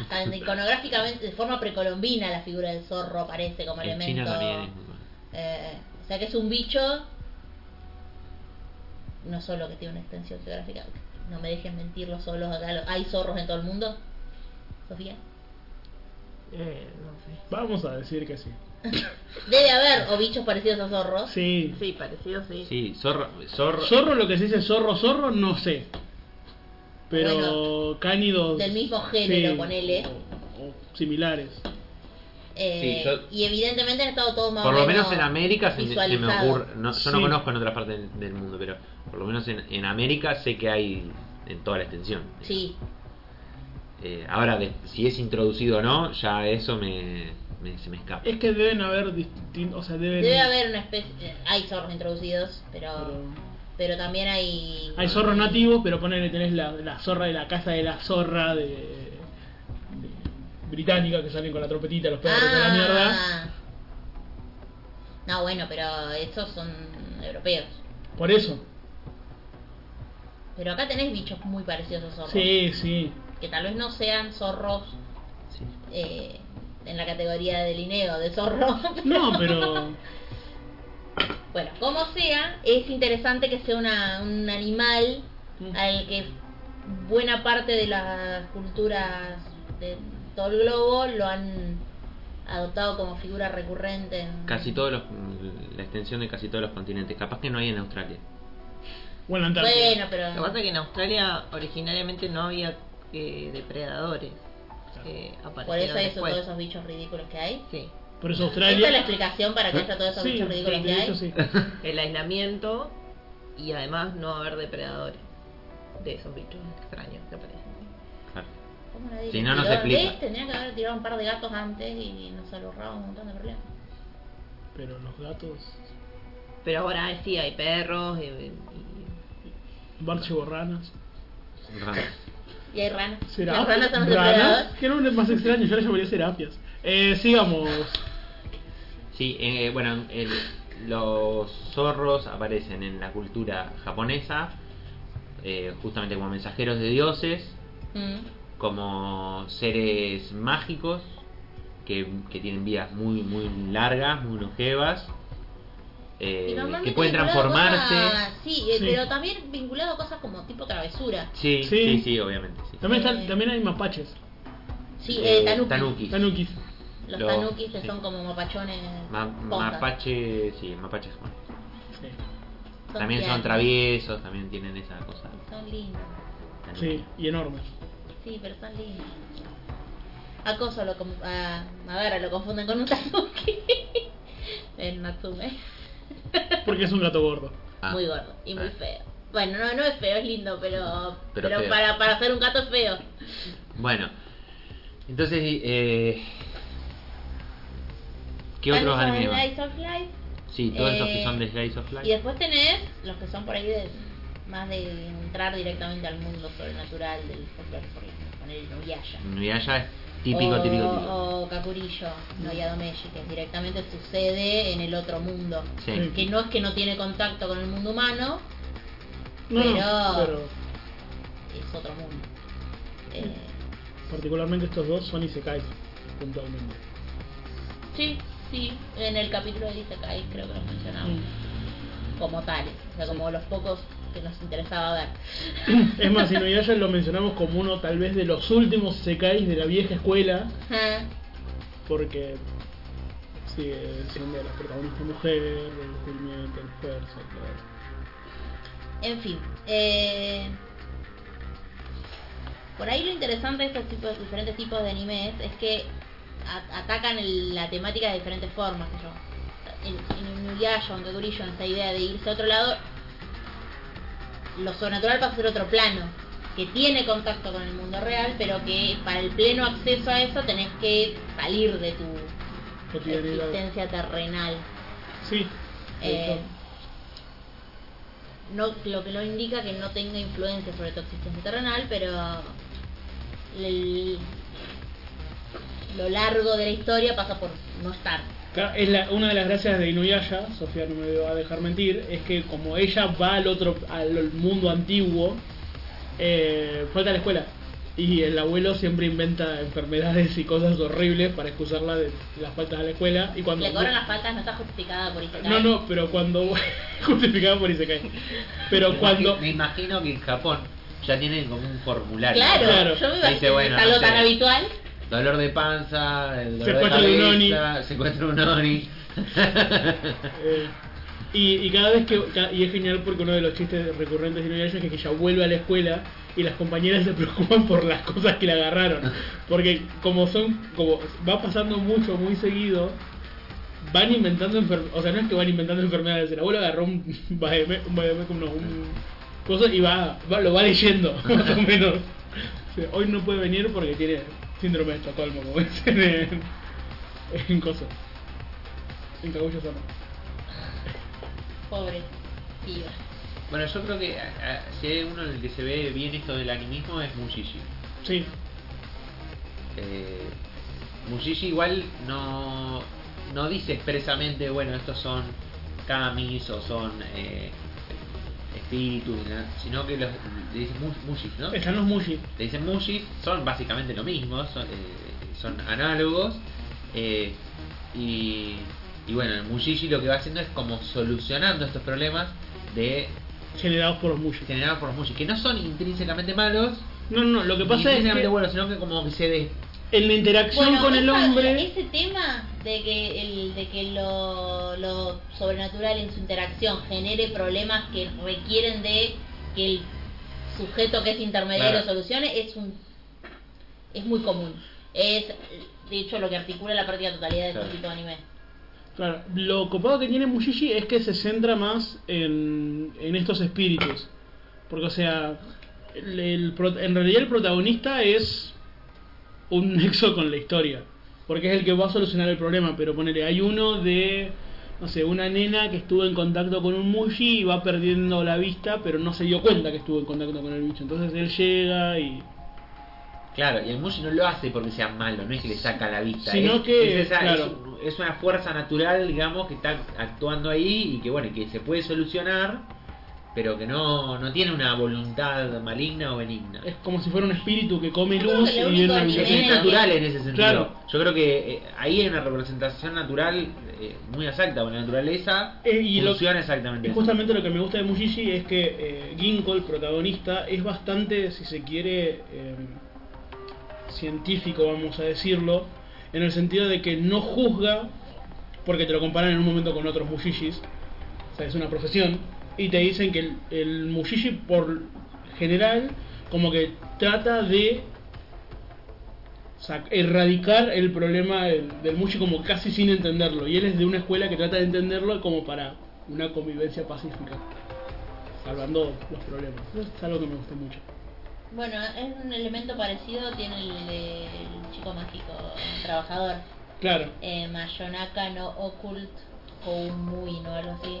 Speaker 2: hasta en- iconográficamente, de forma precolombina, la figura del zorro aparece como
Speaker 1: En
Speaker 2: elemento.
Speaker 1: China también es muy bueno.
Speaker 2: eh, o sea que es un bicho, no solo que tiene una extensión geográfica, no me dejen mentir los solos acá, lo- hay zorros en todo el mundo, Sofía.
Speaker 3: Eh, no sé. Vamos a decir que sí.
Speaker 2: Debe haber o bichos parecidos a zorros.
Speaker 3: Sí.
Speaker 4: Sí, parecido, sí.
Speaker 1: Sí, zorro, zorro,
Speaker 3: Zorro, lo que se dice zorro, zorro, no sé. Pero
Speaker 2: Bueno,
Speaker 3: cánidos.
Speaker 2: del mismo género, ponele.
Speaker 3: O, o similares.
Speaker 1: Sí,
Speaker 2: Eh,
Speaker 1: yo-
Speaker 2: Y evidentemente han estado todos más
Speaker 1: por
Speaker 2: o
Speaker 1: lo menos en América se, se me
Speaker 2: visualizados.
Speaker 1: ocurre, no, yo no
Speaker 3: Sí.
Speaker 1: conozco en otras partes del, del mundo, pero por lo menos en, en América sé que hay en toda la extensión.
Speaker 2: Sí,
Speaker 1: Eh, ahora, de- si es introducido o no, ya eso me, me- se me escapa.
Speaker 2: Eh.
Speaker 3: Es que deben haber distintos. O sea, deben.
Speaker 2: debe haber una especie. eh, Hay zorros introducidos, pero.
Speaker 3: pero-
Speaker 2: Pero también hay.
Speaker 3: Hay zorros nativos, pero ponele, tenés la, la zorra de la casa de la zorra de. de- británicas que salen con la trompetita, los perros de la mierda.
Speaker 2: Ah. No, bueno, pero estos son europeos.
Speaker 3: Por eso.
Speaker 2: Pero acá tenés bichos muy parecidos a zorros.
Speaker 3: Sí, sí.
Speaker 2: Que tal vez no sean zorros eh, en la categoría de lineo de zorro.
Speaker 3: No,
Speaker 2: <laughs>
Speaker 3: pero.
Speaker 2: Bueno, como sea, es interesante que sea una, un animal al que buena parte de las culturas de todo el globo lo han adoptado como figura recurrente. en-
Speaker 1: Casi todos los, la extensión de casi todos los continentes. Capaz que no hay en Australia.
Speaker 3: Bueno, Antártida.
Speaker 2: Bueno,
Speaker 4: Lo que
Speaker 2: pero
Speaker 4: pasa es que en Australia originariamente no había eh, depredadores. Eh, aparecieron
Speaker 2: por eso hay eso-
Speaker 4: después.
Speaker 2: todos esos bichos ridículos que hay.
Speaker 4: Sí.
Speaker 3: Por eso
Speaker 2: Esta es la
Speaker 3: Australia.
Speaker 2: explicación para que haya todos esos
Speaker 3: ¿Eh? Sí,
Speaker 2: bichos
Speaker 3: sí,
Speaker 2: ridículos que
Speaker 3: de hecho
Speaker 2: hay.
Speaker 3: sí.
Speaker 4: El aislamiento y además no haber depredadores de esos bichos extraños que aparecen.
Speaker 1: Claro.
Speaker 2: ¿Cómo nadie
Speaker 1: Si
Speaker 2: le
Speaker 1: no, no se
Speaker 2: tiró?
Speaker 1: explica.
Speaker 2: ¿Ves? Tendría que haber tirado un par de gatos antes y nos ahorraba un montón de problemas.
Speaker 3: Pero los gatos.
Speaker 4: Pero ahora sí hay perros y, y-
Speaker 3: Barche borranas.
Speaker 1: Raro.
Speaker 2: Y hay ranas.
Speaker 3: ¿Será?
Speaker 2: Las ranas son los
Speaker 3: ¿Ranas?
Speaker 2: depredadores.
Speaker 3: Que nombre más extraño, yo le llamaría serapias. Eh, sigamos.
Speaker 1: Sí, eh, bueno, el- los zorros aparecen en la cultura japonesa, eh, justamente como mensajeros de dioses,
Speaker 2: Mm.
Speaker 1: como seres mágicos que, que tienen vidas muy muy largas, muy longevas, eh,
Speaker 2: Y normalmente
Speaker 1: que pueden
Speaker 2: vinculado a
Speaker 1: transformarse.
Speaker 2: cosas- sí, eh,
Speaker 3: Sí.
Speaker 2: pero también vinculado a cosas como tipo travesura.
Speaker 1: Sí,
Speaker 3: Sí.
Speaker 1: sí, sí, obviamente. sí.
Speaker 3: También, están, también hay mapaches.
Speaker 2: Sí, eh,
Speaker 1: Eh,
Speaker 2: tanuki.
Speaker 1: tanukis.
Speaker 3: Tanukis.
Speaker 2: Los
Speaker 1: Los-
Speaker 2: tanukis que
Speaker 1: sí.
Speaker 2: son como mapachones.
Speaker 1: Ma-
Speaker 2: pongas.
Speaker 1: mapache, sí, mapache bueno.
Speaker 3: Sí.
Speaker 2: Son
Speaker 1: También son
Speaker 2: tiernos,
Speaker 1: traviesos, también tienen esa cosa.
Speaker 2: Son lindos.
Speaker 1: tanuki.
Speaker 3: Sí, y enormes.
Speaker 2: Sí, pero son lindos. Acoso lo com- a Madara lo confunden con un tanuki. <laughs> El Natsume.
Speaker 3: Porque es un gato gordo.
Speaker 1: Ah,
Speaker 2: Muy gordo y muy
Speaker 1: ah.
Speaker 2: feo. Bueno, no, no es feo, es lindo, pero, pero,
Speaker 1: Pero feo.
Speaker 2: para, para ser un gato es feo.
Speaker 1: Bueno, entonces, eh, ¿qué
Speaker 2: Tantos
Speaker 1: otros
Speaker 2: son
Speaker 1: animes? van?
Speaker 2: Slice of Life.
Speaker 1: Sí, todos esos
Speaker 2: Eh,
Speaker 1: que son de Slice of Life.
Speaker 2: Y después tenés los que son por ahí de, más de entrar directamente al mundo sobrenatural del folclore, por ejemplo, con el Nuyasha.
Speaker 1: Nuyasha es típico,
Speaker 2: o,
Speaker 1: típico, típico.
Speaker 2: O Kakurillo, no Yadomeshi, que directamente sucede en el otro mundo.
Speaker 1: Sí.
Speaker 2: Que no es que no tiene contacto con el mundo humano,
Speaker 3: No, no,
Speaker 2: Pero-
Speaker 3: pero
Speaker 2: es otro mundo. Eh,
Speaker 3: particularmente estos dos son Isekais, puntualmente.
Speaker 2: sí, sí, en el capítulo de Isekai creo que lo mencionamos. Como tales, o sea, como los pocos que nos interesaba ver.
Speaker 3: <laughs> Es más, Inuyasha lo mencionamos como uno tal vez de los últimos Isekais de la vieja escuela,
Speaker 2: <laughs> Ajá.
Speaker 3: porque sigue siendo la protagonista mujer, el descubrimiento, el esfuerzo, todo.
Speaker 2: En fin, eh, por ahí lo interesante de estos tipos, diferentes tipos de animes es que a- atacan el- la temática de diferentes formas. qué sé yo. En, en Inuyasha o en Kagurillo, en esta idea de irse a otro lado, lo sobrenatural pasa a ser otro plano, que tiene contacto con el mundo real, pero que para el pleno acceso a eso tenés que salir de tu
Speaker 3: Cotidianidad.
Speaker 2: existencia terrenal.
Speaker 3: Sí.
Speaker 2: Eh, no, lo que no indica que no tenga influencia sobre tu existencia terrenal, pero el- lo largo de la historia pasa por no estar.
Speaker 3: Claro, Es la- una de las gracias de Inuyasha, Sofía no me va a dejar mentir, es que como ella va al otro, al mundo antiguo, eh, falta la escuela. Y el abuelo siempre inventa enfermedades y cosas horribles para excusarla de las faltas a la escuela. Y cuando
Speaker 2: Le cobran las faltas, no está justificada por Isekai.
Speaker 3: no, no, pero cuando <laughs> justificado por Isekai. Pero
Speaker 1: Me
Speaker 3: cuando
Speaker 1: imagi- Me imagino que en Japón ya tienen como un formulario.
Speaker 2: Claro,
Speaker 3: Claro.
Speaker 2: yo me imagino
Speaker 1: Dice,
Speaker 2: que
Speaker 1: bueno,
Speaker 2: es algo
Speaker 1: no sé.
Speaker 2: tan habitual.
Speaker 1: Dolor de panza, el dolor
Speaker 3: Secuestro de
Speaker 1: de
Speaker 3: un
Speaker 1: cabeza, <laughs> secuestro de un oni.
Speaker 3: Eh, y, y cada vez que. ca- Y es genial porque uno de los chistes recurrentes de Inuyasha es que ella vuelve a la escuela y las compañeras se preocupan por las cosas que le agarraron. Porque como son. Como va pasando mucho, muy seguido. Van inventando enfermedades. O sea, no es que van inventando enfermedades. El abuelo agarró un. vaeme- un, vaeme- como no, un cosa y va, va- Lo va leyendo, <laughs> más o menos. O sea, hoy no puede venir porque tiene síndrome de Estocolmo, como dicen en. En cosas. En Kaguya-sama.
Speaker 2: Pobre tío.
Speaker 1: bueno, yo creo que a- a- si hay uno en el que se ve bien esto del animismo es Mushishi.
Speaker 3: Sí,
Speaker 1: Eh, Mushishi igual no, no dice expresamente, bueno, estos son kamis o son eh, espíritus, ¿no? sino que los, le dicen mu- mushis, ¿no?
Speaker 3: Están los Mushi.
Speaker 1: Le dicen mushis, son básicamente lo mismo, son, eh, son análogos. eh, y, y bueno, el mushishi lo que va haciendo es como solucionando estos problemas de
Speaker 3: generados por los Mushi.
Speaker 1: generados por los mushis, que no son intrínsecamente malos,
Speaker 3: No, no, lo que pasa es que
Speaker 1: bueno, sino que como que se de-
Speaker 3: en la interacción
Speaker 2: Bueno,
Speaker 3: con el
Speaker 2: esa-
Speaker 3: hombre,
Speaker 2: Ese tema de que, el, de que lo, lo sobrenatural en su interacción genere problemas que requieren de que el sujeto que es intermediario
Speaker 1: Claro.
Speaker 2: solucione es un es muy común. Es, de hecho, lo que articula la práctica totalidad de
Speaker 1: Claro.
Speaker 2: este tipo de anime.
Speaker 3: claro, lo copado que tiene Mushishi es que se centra más en, en estos espíritus. Porque, o sea, el- el pro- en realidad el protagonista es un <laughs> nexo con la historia. Porque es el que va a solucionar el problema. Pero ponele, hay uno de, no sé, una nena que estuvo en contacto con un Mushi y va perdiendo la vista, pero no se dio cuenta que estuvo en contacto con el bicho. Entonces él llega y.
Speaker 1: Claro, y el Mushi no lo hace porque sea malo, no es que le saca la vista.
Speaker 3: Sino
Speaker 1: es,
Speaker 3: que,
Speaker 1: es esa-
Speaker 3: claro.
Speaker 1: es- es una fuerza natural, digamos, que está actuando ahí y que, bueno, que se puede solucionar, pero que no, no tiene una voluntad maligna o benigna.
Speaker 3: Es como si fuera un espíritu que come
Speaker 2: Yo creo
Speaker 3: luz
Speaker 2: que lo
Speaker 3: y
Speaker 2: único
Speaker 3: viene a
Speaker 2: anime
Speaker 1: Es,
Speaker 3: vivir.
Speaker 1: es natural en ese sentido.
Speaker 3: Claro.
Speaker 1: Yo creo que eh, ahí hay una representación natural eh, muy exacta con la naturaleza.
Speaker 3: Eh, y lo-
Speaker 1: funciona exactamente.
Speaker 3: Y
Speaker 1: eso.
Speaker 3: justamente lo que me gusta de Mushishi es que eh, Ginkgo, el protagonista, es bastante, si se quiere, eh, científico, vamos a decirlo, en el sentido de que no juzga, porque te lo comparan en un momento con otros Mushishis, o sea, es una profesión, y te dicen que el, el Mushishi, por general, como que trata de sac- erradicar el problema del, del Mushi como casi sin entenderlo. Y él es de una escuela que trata de entenderlo como para una convivencia pacífica, salvando los problemas. Es algo que me gusta mucho.
Speaker 2: Bueno, es un elemento parecido, tiene el, de- el chico mágico, el trabajador.
Speaker 3: Claro,
Speaker 2: eh, Mayonaka no Occult Koumui, ¿no? Algo así.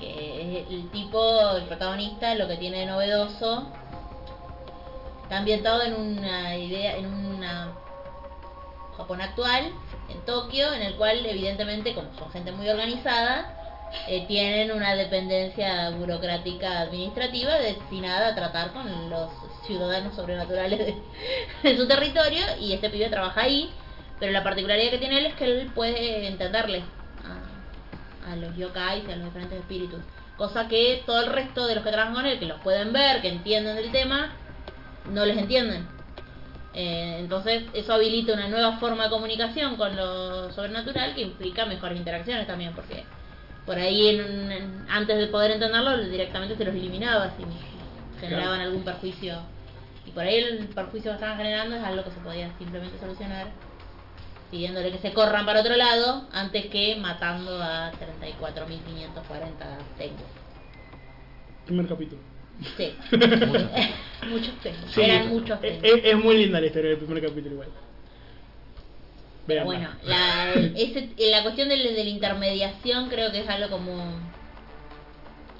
Speaker 2: Que es el tipo, el protagonista, lo que tiene de novedoso. Está ambientado en una idea, en una Japón actual, en Tokio, en el cual evidentemente, como son gente muy organizada, eh, tienen una dependencia burocrática administrativa destinada a tratar con los ciudadanos sobrenaturales de, <laughs> de su territorio y este pibe trabaja ahí, pero la particularidad que tiene él es que él puede entenderle a, a los yokais y a los diferentes espíritus, cosa que todo el resto de los que trabajan con él, que los pueden ver, que entienden del tema, no les entienden. Eh, entonces eso habilita una nueva forma de comunicación con lo sobrenatural que implica mejores interacciones también, porque por ahí en un- en- antes de poder entenderlo directamente se los eliminaba si generaban algún perjuicio. Y por ahí el perjuicio que estaban generando es algo que se podía simplemente solucionar pidiéndole que se corran para otro lado antes que matando a 34.540 tengu.
Speaker 3: primer capítulo.
Speaker 2: Sí, <laughs>
Speaker 1: Mucho.
Speaker 2: muchos tengu.
Speaker 1: Sí,
Speaker 2: Eran
Speaker 1: muchos.
Speaker 2: muchos
Speaker 3: Es,
Speaker 2: tengu.
Speaker 3: es- es muy linda la historia del primer capítulo igual. Vean.
Speaker 2: Bueno,
Speaker 3: <laughs>
Speaker 2: la, ese- la cuestión de, la- de la intermediación creo que es algo como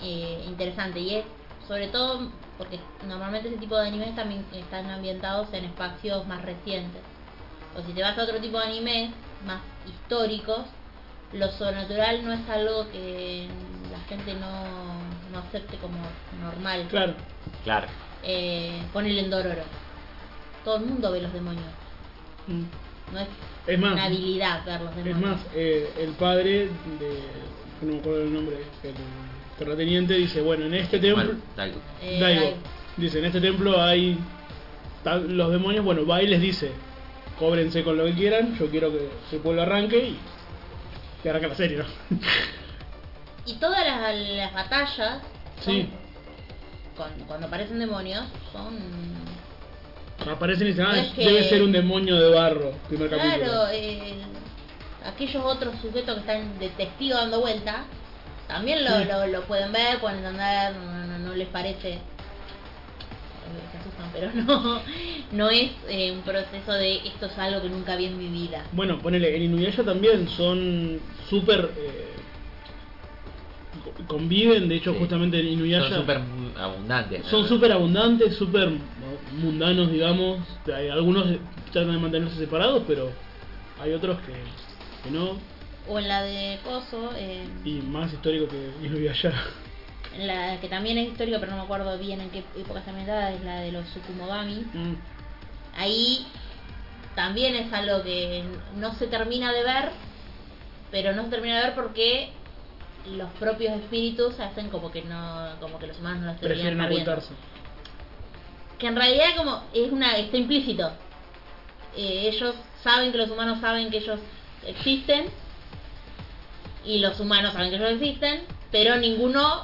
Speaker 2: eh, interesante y es sobre todo porque normalmente ese tipo de animes también están ambientados en espacios más recientes. O si te vas a otro tipo de animes más históricos, lo sobrenatural no es algo que la gente no, no acepte como normal.
Speaker 3: Claro,
Speaker 1: Claro.
Speaker 2: Eh, ponele en Dororo. Todo el mundo ve los demonios.
Speaker 3: Mm.
Speaker 2: No es
Speaker 3: es más.
Speaker 2: una habilidad ver los
Speaker 3: Es
Speaker 2: demonios.
Speaker 3: más, eh, el padre de. No me acuerdo el nombre, el terrateniente dice: Bueno, en este templo.
Speaker 1: Bueno, dale.
Speaker 2: Eh,
Speaker 3: Daigo.
Speaker 2: Daigo.
Speaker 3: Dice: En este templo hay. tal- Los demonios, bueno, va y les dice: Cóbrense con lo que quieran, yo quiero que el pueblo arranque y. Que arranca la serie, ¿no? <laughs>
Speaker 2: Y todas las, las batallas son-
Speaker 3: Sí.
Speaker 2: con- cuando aparecen demonios son
Speaker 3: Aparecen y dicen: Ah,
Speaker 2: No es que-
Speaker 3: debe ser un demonio de barro. Primer capítulo.
Speaker 2: claro eh, aquellos otros sujetos que están de testigo dando vuelta también lo,
Speaker 3: Sí.
Speaker 2: lo, lo pueden ver pueden entender no, no- no les parece eh, se asustan pero <laughs> no no es eh, un proceso de esto es algo que nunca vi en mi vida
Speaker 3: Bueno, ponele, en Inuyasha también son súper. eh, co- conviven, de hecho,
Speaker 1: Sí.
Speaker 3: justamente en Inuyasha.
Speaker 1: Son súper abundantes.
Speaker 3: Son súper abundantes, súper mundanos, digamos. Hay Algunos tratan de mantenerse separados, pero Hay otros que, que no.
Speaker 2: O en la de Coso, eh,
Speaker 3: Y más histórico que Isla allá.
Speaker 2: en la que también es histórica, pero no me acuerdo bien en qué época está ambientada, es la de los Tsukumogami. Ahí también es algo que no se termina de ver, pero no se termina de ver porque los propios espíritus hacen como que no como que los humanos no los
Speaker 3: Prefieren
Speaker 2: terminan de estar viendo.
Speaker 3: ocultarse.
Speaker 2: que en realidad como es una está implícito Eh, ellos saben que los humanos saben que ellos existen y los humanos saben que ellos existen pero ninguno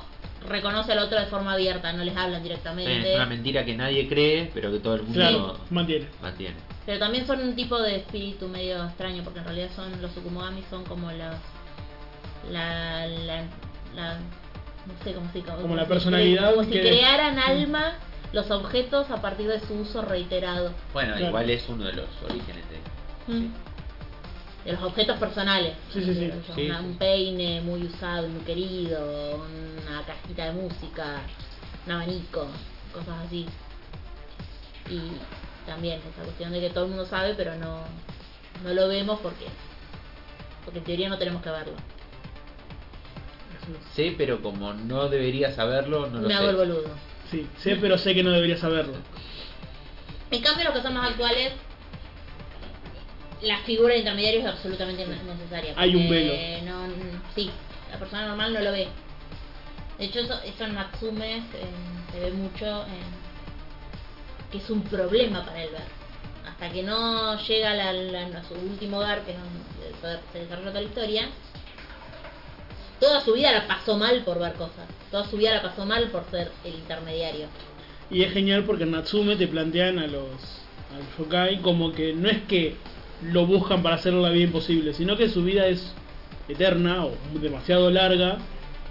Speaker 2: reconoce al otro de forma abierta no les hablan
Speaker 1: Es
Speaker 2: directamente
Speaker 1: una mentira que nadie cree, pero que todo el mundo
Speaker 3: Claro, mantiene.
Speaker 1: mantiene.
Speaker 2: pero también son un tipo de espíritu medio extraño porque en realidad son los Tsukumogami son como los la, la, la- no sé cómo se
Speaker 3: Como la personalidad
Speaker 2: como si
Speaker 3: que-
Speaker 2: crearan
Speaker 3: Mm.
Speaker 2: alma los objetos a partir de su uso reiterado
Speaker 1: Bueno,
Speaker 3: Claro.
Speaker 1: igual es uno de los orígenes de.
Speaker 2: Mm. De los objetos personales.
Speaker 3: Sí, sí, sí.
Speaker 2: Qué sé yo,
Speaker 1: Sí,
Speaker 2: una-
Speaker 1: sí.
Speaker 2: Un peine muy usado, y muy querido, una cajita de música, un abanico, cosas así. Y también esa cuestión de que todo el mundo sabe, pero no, no lo vemos porque, porque en teoría no tenemos que verlo.
Speaker 1: Sé, pero como no debería saberlo, no lo
Speaker 2: Me
Speaker 1: sé.
Speaker 2: hago el boludo.
Speaker 3: Sí, sé, pero sé que no debería saberlo.
Speaker 2: En cambio, los que son más actuales, la figura de intermediario es absolutamente ne- necesaria.
Speaker 3: Hay un
Speaker 2: porque No, n- sí, la persona normal no lo ve. De hecho, eso, eso en Matsumes eh, se ve mucho en- que es un problema para el ver. Hasta que no llega la- la- a su último hogar, que es donde se desarrolla toda la historia, toda su vida la pasó mal por ver cosas. Toda su vida la pasó mal por ser el intermediario.
Speaker 3: Y es genial porque en Natsume te plantean a los, a los yokai como que no es que lo buscan para hacer la vida imposible, sino que su vida es eterna o demasiado larga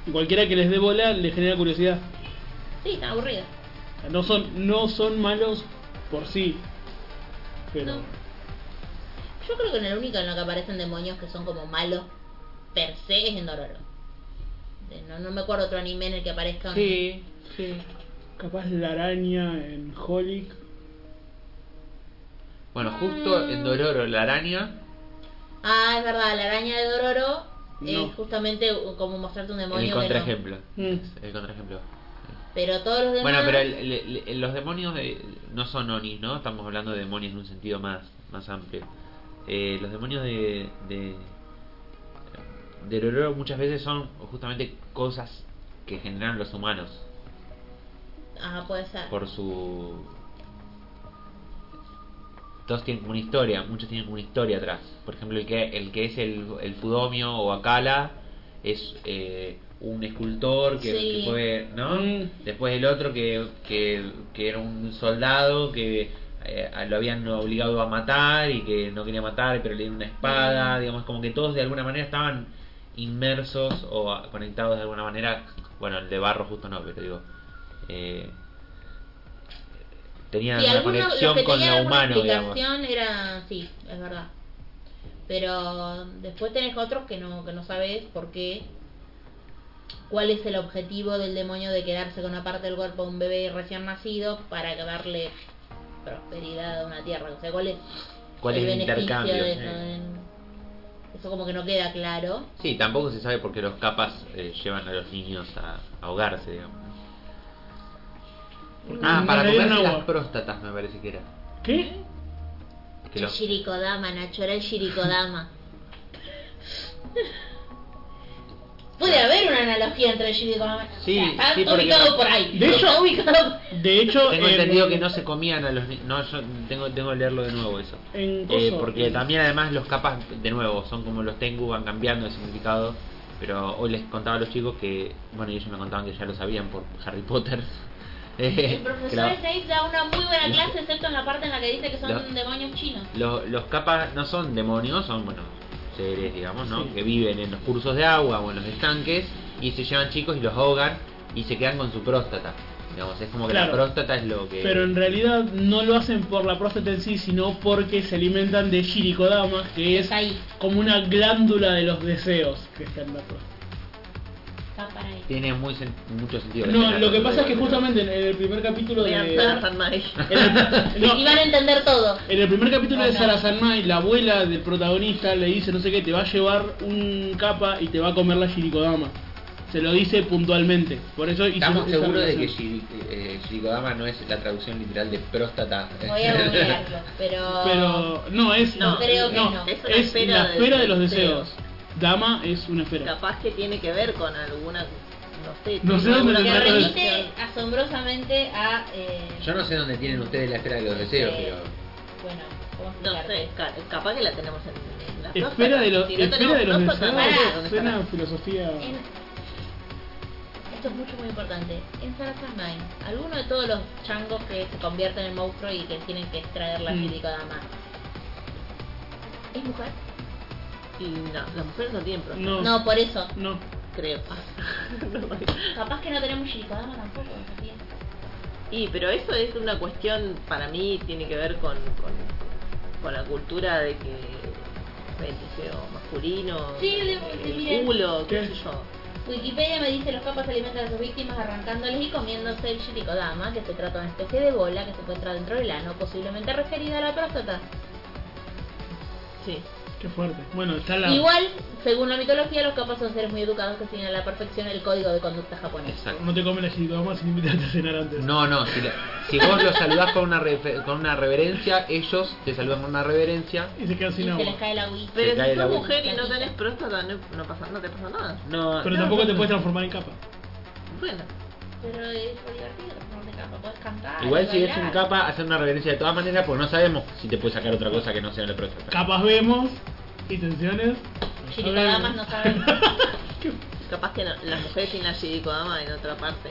Speaker 3: y cualquiera que les dé bola le genera curiosidad.
Speaker 2: Sí, está aburrido.
Speaker 3: No son, no son malos por sí, pero
Speaker 2: No. Yo creo que en el único en lo que aparecen demonios que son como malos per se es en Dororo. Eh, No, no me acuerdo otro anime en el que aparezcan.
Speaker 1: Sí, sí.
Speaker 3: capaz la araña en Holic.
Speaker 1: Bueno, justo en Dororo, la araña,
Speaker 2: Ah, es verdad, la araña de Dororo
Speaker 3: No.
Speaker 2: es justamente u- como mostrarte un demonio.
Speaker 1: el
Speaker 2: que no.
Speaker 1: contraejemplo.
Speaker 3: Mm.
Speaker 1: Es El contraejemplo.
Speaker 2: Pero todos los demás.
Speaker 1: Bueno, pero el- el- el- los demonios de- no son onis, ¿no? Estamos hablando de demonios en un sentido más, más amplio. Eh, los demonios de, de, de Dororo muchas veces son justamente cosas que generaron los humanos
Speaker 2: Ah, puede ser.
Speaker 1: por su... Todos tienen como una historia, muchos tienen como una historia atrás. Por ejemplo, el que, el que es el, el Fudomio o Akala es eh, un escultor que,
Speaker 2: Sí.
Speaker 1: que fue, ¿no?
Speaker 3: Mm.
Speaker 1: Después el otro que, que, que era un soldado que eh, lo habían obligado a matar y que no quería matar, pero le dieron una espada, digamos, como que todos de alguna manera estaban inmersos o a- conectados de alguna manera. Bueno, el de barro justo no, pero digo... Eh, tenían
Speaker 2: sí,
Speaker 1: una
Speaker 2: algunos- los
Speaker 1: conexión
Speaker 2: que
Speaker 1: con
Speaker 2: tenían
Speaker 1: lo
Speaker 2: alguna
Speaker 1: humano, digamos.
Speaker 2: explicación era. Sí, es verdad. Pero después tenés otros que no, que no sabes por qué. ¿Cuál es el objetivo del demonio de quedarse con una parte del cuerpo de un bebé recién nacido para darle prosperidad a una tierra? O sea, ¿cuál es,
Speaker 1: ¿Cuál es el
Speaker 2: beneficio
Speaker 1: intercambio?
Speaker 2: de
Speaker 1: Sí.
Speaker 2: eso? ¿eh? Eso como que no queda claro.
Speaker 1: Sí, tampoco se sabe por qué los capas eh, llevan a los niños a, a ahogarse, digamos. Ah,
Speaker 3: Mm, no
Speaker 1: para
Speaker 3: le dieron
Speaker 1: comerse
Speaker 3: agua.
Speaker 1: las próstatas me parece que era.
Speaker 3: ¿Qué?
Speaker 1: Que
Speaker 2: El
Speaker 1: los-
Speaker 2: Shirikodama, Nacho, era el Shirikodama. Puede haber una analogía entre el Shirikodama.
Speaker 1: Sí,
Speaker 2: o sea, está
Speaker 1: sí, porque-
Speaker 2: ubicado por ahí.
Speaker 3: De
Speaker 2: Está
Speaker 3: hecho-
Speaker 2: ubicado.
Speaker 3: De hecho,
Speaker 1: Tengo
Speaker 3: en-
Speaker 1: entendido que no se comían a los niños. No, yo tengo, tengo que leerlo de nuevo eso.
Speaker 3: en
Speaker 1: Eh,
Speaker 3: coso,
Speaker 1: porque
Speaker 3: en-
Speaker 1: también además los capas, de nuevo, son como los Tengu, van cambiando de significado. Pero hoy les contaba a los chicos que, bueno, y ellos me contaban que ya lo sabían por Harry Potter. Eh,
Speaker 2: El
Speaker 1: <laughs> que
Speaker 2: profesor
Speaker 1: la-
Speaker 2: Snape da una muy buena
Speaker 1: Los-
Speaker 2: clase, excepto en la parte en la que dice que son
Speaker 1: los-
Speaker 2: demonios chinos.
Speaker 1: los, los capas no son demonios, son, bueno, seres, digamos, ¿no?
Speaker 3: Sí.
Speaker 1: Que viven en los cursos de agua o en los estanques y se llevan chicos y los ahogan y se quedan con su próstata. Digamos, es como que la
Speaker 3: Claro.
Speaker 1: próstata es lo que...
Speaker 3: Pero en realidad no lo hacen por la próstata en sí, sino porque se alimentan de shirikodamas, que es
Speaker 2: Está ahí.
Speaker 3: como una glándula de los deseos que está en la próstata.
Speaker 2: Campana ahí.
Speaker 1: Tiene muy sen- mucho sentido.
Speaker 3: No,
Speaker 1: tenga
Speaker 3: lo que
Speaker 1: tanto
Speaker 3: pasa es que
Speaker 1: pero-
Speaker 3: justamente en el primer capítulo de.
Speaker 4: Vean Tarzan Mike.
Speaker 3: en el- no,
Speaker 2: Y van a entender todo.
Speaker 3: En el primer capítulo de
Speaker 2: Ajá.
Speaker 3: Sarah Sanmai, la abuela del protagonista le dice, no sé qué, te va a llevar un capa y te va a comer la Shirikodama. Se lo dice puntualmente. Por eso hizo
Speaker 1: Estamos
Speaker 3: esa
Speaker 1: seguros de que
Speaker 3: relación.
Speaker 1: Shiri- eh, Shirikodama no es la traducción literal de próstata. <laughs>
Speaker 2: Voy a googlearlo, pero...
Speaker 3: Pero no es
Speaker 4: No,
Speaker 2: creo que no.
Speaker 3: Es,
Speaker 4: Es una esfera
Speaker 3: la
Speaker 4: de
Speaker 3: esfera de, los
Speaker 4: deseos.
Speaker 3: deseos. Dama es una esfera.
Speaker 4: Capaz que tiene que ver con alguna. No sé.
Speaker 3: No sé dónde
Speaker 4: alguna
Speaker 2: Que
Speaker 3: tendrá todo
Speaker 4: conexión.
Speaker 2: remite asombrosamente a... eh,
Speaker 1: Yo no sé dónde tienen ustedes la esfera de los deseos,
Speaker 2: eh,
Speaker 1: pero.
Speaker 2: Bueno, ¿cómo
Speaker 4: No
Speaker 2: explicarte?
Speaker 4: sé, ca- capaz que la tenemos en la
Speaker 3: Esfera de los,
Speaker 4: Si no
Speaker 3: esfera
Speaker 4: tenemos
Speaker 3: de los deseos.
Speaker 4: próstata, no sé dónde
Speaker 3: Es una
Speaker 4: estará.
Speaker 3: filosofía...
Speaker 2: En- Esto es mucho, muy importante. En Sarah's Mine, alguno de todos los changos que se convierten en monstruo y que tienen que extraer la
Speaker 3: Mm.
Speaker 2: crítica dama. ¿Es mujer?
Speaker 4: Y no, las mujeres no tienen próstata,
Speaker 3: No,
Speaker 2: No, por eso.
Speaker 3: no.
Speaker 4: creo. No lo sé.
Speaker 2: Capaz que no tenemos Shirikadama tampoco. también.
Speaker 4: Y pero eso es una cuestión para mí tiene que ver con, con, con la cultura de que el deseo masculino, eh,
Speaker 2: Sí, de- de- mire.
Speaker 4: el culo, qué sé yo.
Speaker 2: Wikipedia me dice los capas alimentan a sus víctimas arrancándoles y comiéndose el Shirikodama, que se trata de una especie de bola que se encuentra dentro del ano, posiblemente referida a la próstata.
Speaker 4: Sí.
Speaker 3: Qué fuerte. Bueno, está la...
Speaker 2: Igual, según la mitología, los capas son seres muy educados que siguen a la perfección el código de conducta japonés.
Speaker 1: Exacto.
Speaker 3: No te comes la Shirikodama sin invitarte a cenar antes.
Speaker 1: No, no, si, la- si vos los saludás con una, refe- con una reverencia, ellos te saludan con una reverencia.
Speaker 3: Y se quedan
Speaker 2: Y
Speaker 3: sin
Speaker 2: se les
Speaker 3: agua.
Speaker 2: cae la Wii.
Speaker 1: Se
Speaker 4: Pero
Speaker 1: cae
Speaker 4: si
Speaker 1: la
Speaker 4: sos
Speaker 1: boca.
Speaker 4: mujer y no tenés próstata, no, no pasa, no te pasa nada.
Speaker 1: No,
Speaker 3: Pero
Speaker 1: no,
Speaker 3: tampoco
Speaker 1: no,
Speaker 3: te
Speaker 1: no.
Speaker 3: puedes transformar en capa.
Speaker 4: Bueno,
Speaker 2: Pero es muy divertido, no te capa, puedes cantar.
Speaker 1: Igual si es
Speaker 2: bailar.
Speaker 1: un capa, hacer una reverencia de todas maneras, porque no sabemos si te puede sacar otra cosa que no sea la próstata.
Speaker 3: Capas vemos, intenciones.
Speaker 2: Shirikodamas no saben.
Speaker 4: capaz que no- las mujeres tienen la shirikodama en otra parte.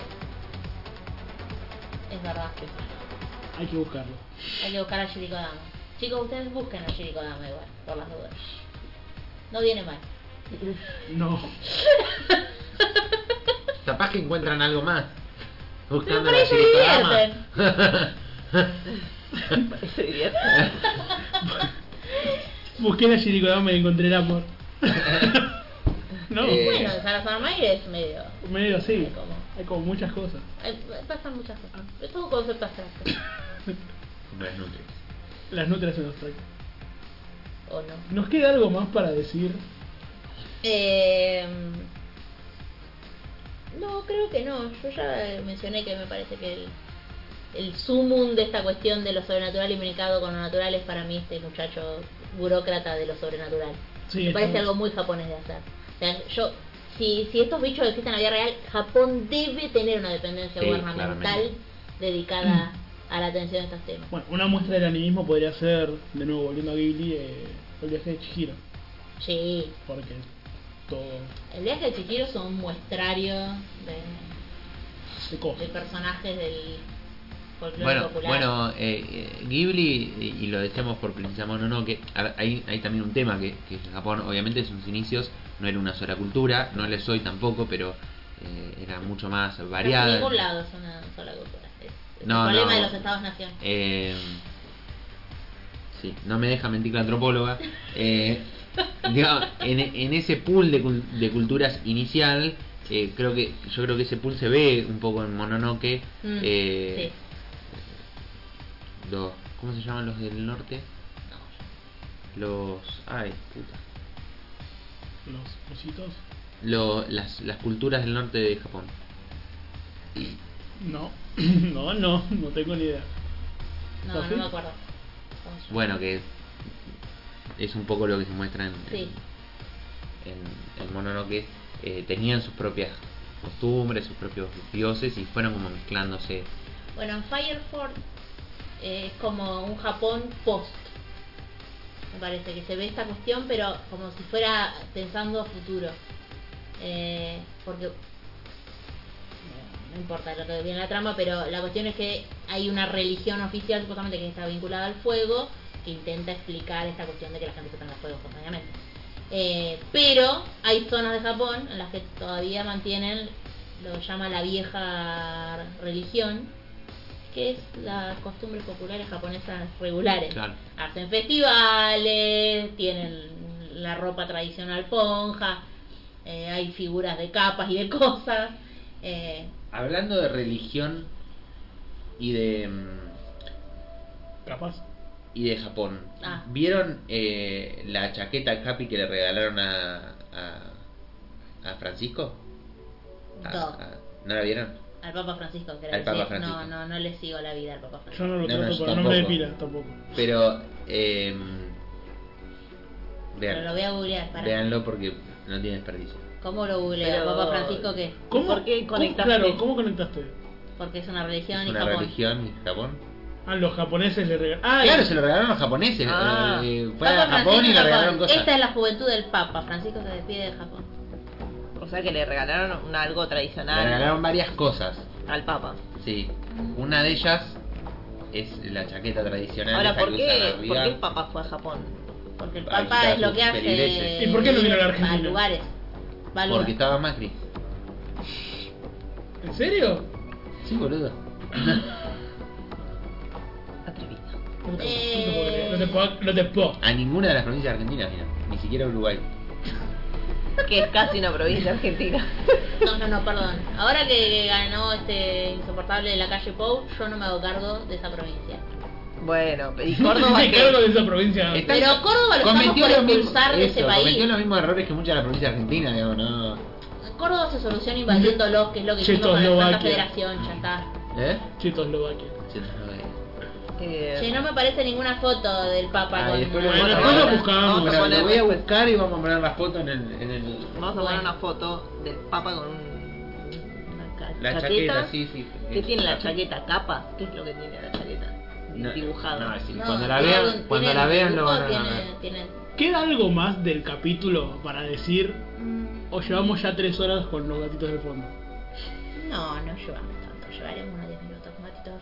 Speaker 2: es verdad,
Speaker 3: Hay que buscarlo.
Speaker 2: hay que buscar a Shirikodama. Chicos, ustedes busquen a Shirikodama igual, por las dudas. No viene mal.
Speaker 3: No.
Speaker 1: Capaz que encuentran algo más.
Speaker 2: Pero
Speaker 1: Buscando
Speaker 2: por ahí se divierten.
Speaker 4: Se divierte.
Speaker 1: <laughs>
Speaker 3: Busqué la Shirikodama y encontré
Speaker 1: <laughs>
Speaker 3: el amor. no.
Speaker 1: Eh.
Speaker 2: Bueno, en Sarah Farmaire es medio.
Speaker 3: Medio así.
Speaker 2: Hay como-
Speaker 3: Hay como muchas cosas.
Speaker 2: hay- pasan muchas cosas. Es todo un concepto abstracto.
Speaker 1: No es nutri.
Speaker 3: Las nutrias en los tracks.
Speaker 2: ¿O no?
Speaker 3: ¿Nos queda algo más para decir?
Speaker 2: Eh, no, creo que no. Yo ya mencioné que me parece que el, el sumum de esta cuestión de lo sobrenatural y mezclado con lo natural es para mí este muchacho burócrata de lo sobrenatural.
Speaker 3: Sí,
Speaker 2: me
Speaker 3: está
Speaker 2: parece
Speaker 3: bien.
Speaker 2: algo muy japonés de hacer. O sea, yo, si, si estos bichos existen en la vida real, Japón debe tener una dependencia
Speaker 1: Sí,
Speaker 2: gubernamental
Speaker 1: claramente.
Speaker 2: dedicada a la atención a estos temas.
Speaker 3: Bueno, una muestra del animismo podría ser, de nuevo volviendo a Ghibli, eh, el viaje de Chihiro.
Speaker 2: Sí,
Speaker 3: Porque todo
Speaker 2: el viaje de Chihiro es un muestrario de...
Speaker 3: se coge.
Speaker 2: de personajes del folclore
Speaker 1: Bueno,
Speaker 2: popular.
Speaker 1: bueno eh, eh, Ghibli, y, y lo decíamos por pensamos no, no, que a ver, hay, hay también un tema que, que en Japón, obviamente, en sus inicios no era una sola cultura, no les soy tampoco, pero eh, era mucho más
Speaker 2: No,
Speaker 1: variada.
Speaker 2: en ningún lado es una sola cultura. Es, es
Speaker 1: No,
Speaker 2: el problema
Speaker 1: no.
Speaker 2: de los estados-nación.
Speaker 1: Eh, sí, no me deja mentir la antropóloga. Eh, digamos, en, en ese pool de, cul- de culturas inicial, eh, creo que yo creo que ese pool se ve un poco en Mononoke.
Speaker 2: Mm,
Speaker 1: eh, los- ¿Cómo se llaman los del norte?
Speaker 2: sí. No.
Speaker 1: Los. Ay, puta.
Speaker 3: Los ositos.
Speaker 1: Lo- las, las culturas del norte de Japón.
Speaker 3: No. <clears throat> no, no, no tengo ni idea.
Speaker 2: No,
Speaker 3: ¿Lo
Speaker 2: no
Speaker 3: sí?
Speaker 2: me acuerdo. ¿Cómo se llama?
Speaker 1: Bueno, que es, es un poco lo que se muestra en,
Speaker 2: Sí.
Speaker 1: en, en- en Mononoke. eh, tenían sus propias costumbres, sus propios dioses y fueron como mezclándose.
Speaker 2: Bueno, en Fireford eh, es como un Japón post. Me parece que se ve esta cuestión, pero como si fuera pensando a futuro. Eh, porque. bueno, No importa lo que viene la trama, pero la cuestión es que hay una religión oficial supuestamente que está vinculada al fuego que intenta explicar esta cuestión de que la gente se prende fuego espontáneamente. Eh, pero hay zonas de Japón en las que todavía mantienen lo que llama la vieja religión, que es las costumbres populares japonesas regulares.
Speaker 1: Claro.
Speaker 2: Hacen festivales, tienen la ropa tradicional ponja, eh, hay figuras de capas y de <laughs> cosas. eh,
Speaker 1: Hablando de religión y de mm,
Speaker 3: Capaz.
Speaker 1: y de Japón,
Speaker 2: Ah.
Speaker 1: ¿vieron eh, la chaqueta al Happy que le regalaron a a, a Francisco? A-
Speaker 2: no,
Speaker 1: a- ¿No la vieron?
Speaker 2: al Papa Francisco, creo.
Speaker 1: Ah. Al Papa
Speaker 2: sí.
Speaker 1: Francisco.
Speaker 2: No, no, no le sigo la vida al Papa
Speaker 3: Yo
Speaker 2: Francisco.
Speaker 3: no lo
Speaker 1: No, no,
Speaker 3: trato
Speaker 1: yo
Speaker 3: por nombre de
Speaker 1: tampoco.
Speaker 3: pila tampoco.
Speaker 1: Pero eh,
Speaker 2: Pero
Speaker 1: vean,
Speaker 2: lo voy a googlear para.
Speaker 1: véanlo porque no tiene desperdicio.
Speaker 2: ¿Cómo lo googleo?
Speaker 4: Pero-
Speaker 2: ¿Al Papa Francisco qué?
Speaker 3: ¿Cómo,
Speaker 4: ¿Por qué
Speaker 3: cómo-
Speaker 4: conectaste?
Speaker 3: claro, ¿cómo conectaste?
Speaker 2: Porque es una religión
Speaker 1: Es
Speaker 2: y
Speaker 1: una
Speaker 2: Japón.
Speaker 1: religión y Japón.
Speaker 3: Ah, los japoneses le regalan. Ah,
Speaker 1: Claro, se lo regalaron a los japoneses.
Speaker 4: Ah.
Speaker 1: eh, fue
Speaker 2: Papa
Speaker 1: a Japón y
Speaker 2: Francisco
Speaker 1: le
Speaker 2: en
Speaker 1: regalaron
Speaker 2: Japón. Este
Speaker 1: cosas.
Speaker 2: Esta es la juventud del Papa. Francisco se despide de Japón.
Speaker 4: O sea que le regalaron un algo
Speaker 1: Le
Speaker 4: tradicional
Speaker 1: regalaron varias cosas.
Speaker 4: al Papa.
Speaker 1: Sí. Una de ellas es la chaqueta tradicional.
Speaker 4: Ahora,
Speaker 1: esa
Speaker 4: ¿por
Speaker 1: que
Speaker 4: qué,
Speaker 1: usan
Speaker 4: ¿por
Speaker 1: arriba.
Speaker 4: qué el Papa fue a Japón?
Speaker 2: Porque el
Speaker 1: Para
Speaker 2: Papa
Speaker 1: visitar
Speaker 2: es lo
Speaker 1: sus
Speaker 2: que hace.
Speaker 1: feligreses.
Speaker 3: ¿Y por qué no vino a la Argentina?
Speaker 2: Va a lugares. Va a
Speaker 1: Porque
Speaker 2: lugares.
Speaker 1: estaba Macri.
Speaker 3: ¿En serio?
Speaker 1: Sí, boludo.
Speaker 4: Atrevido.
Speaker 3: No te,
Speaker 2: Eh.
Speaker 3: no te puedo creer, no te puedo- no te puedo.
Speaker 1: A ninguna de las provincias argentinas, mira. Ni siquiera Uruguay.
Speaker 4: Que es casi una provincia argentina.
Speaker 1: <laughs>
Speaker 2: No, no, no, perdón. Ahora que ganó este insoportable de la calle Pou, yo no me hago cargo de esa provincia.
Speaker 4: Bueno, pero ¿y
Speaker 3: No <laughs>
Speaker 4: Córdoba
Speaker 3: te cargo
Speaker 4: qué?
Speaker 3: de esa provincia.
Speaker 1: Está-
Speaker 2: Pero Córdoba lo estamos por
Speaker 1: los mismos-
Speaker 2: expulsar de ese
Speaker 1: eso,
Speaker 2: país.
Speaker 1: cometió los mismos errores que muchas de las provincias argentinas, digamos, no.
Speaker 2: Córdoba se soluciona invadiéndolos, que es lo que hicimos con la Santa
Speaker 3: Checoslovaquia.
Speaker 2: Federación, ya está.
Speaker 1: ¿Eh?
Speaker 3: Checoslovaquia.
Speaker 1: Sí, no, eh.
Speaker 4: Eh,
Speaker 2: Che, no me aparece ninguna foto del Papa
Speaker 1: Ah,
Speaker 2: con...
Speaker 1: y después lo
Speaker 3: Bueno,
Speaker 1: vamos a
Speaker 3: después lo
Speaker 1: poner.
Speaker 3: buscamos.
Speaker 1: Bueno,
Speaker 4: Vamos a
Speaker 1: lo
Speaker 4: poner
Speaker 1: voy a
Speaker 4: después.
Speaker 1: buscar y vamos a poner las fotos en el. En el
Speaker 4: Vamos a poner
Speaker 2: Bueno.
Speaker 4: una foto del Papa con un- una ca-
Speaker 1: la chaqueta, sí, Eh, sí.
Speaker 4: ¿Qué
Speaker 1: Es-
Speaker 4: tiene la chaqueta? ¿Capa? ¿Qué es lo que tiene la chaqueta?
Speaker 1: No,
Speaker 4: Dibujado.
Speaker 1: no, sí,
Speaker 2: No,
Speaker 1: cuando la
Speaker 2: tiene
Speaker 1: vean,
Speaker 2: algún-
Speaker 1: cuando
Speaker 2: tiene
Speaker 1: la vean
Speaker 2: dibujo,
Speaker 1: lo van a
Speaker 2: tiene, tiene-
Speaker 3: ¿Queda algo más del capítulo para decir?
Speaker 2: Mm,
Speaker 3: ¿O llevamos ya tres horas con los gatitos del fondo?
Speaker 2: No, no llevamos tanto, llevaremos unos 10 minutos como a todo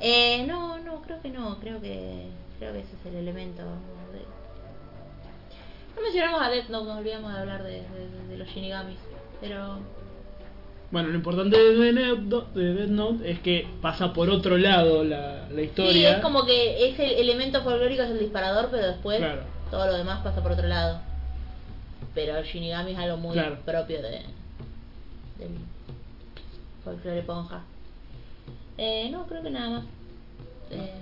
Speaker 2: Eh, no, no, creo que no, creo que creo que ese es el elemento de... No mencionamos a Death Note, nos olvidamos de hablar de, de- de los Shinigamis, pero...
Speaker 3: Bueno, lo importante de Death Note, de Death Note es que pasa por otro lado la, la
Speaker 2: Sí,
Speaker 3: historia.
Speaker 2: es como que ese elemento folclórico es el disparador, pero después
Speaker 3: Claro.
Speaker 2: todo lo demás pasa por otro lado. Pero Shinigami es algo muy
Speaker 3: Claro.
Speaker 2: propio de del folclore ponja. Eh, no, creo que nada más. Eh,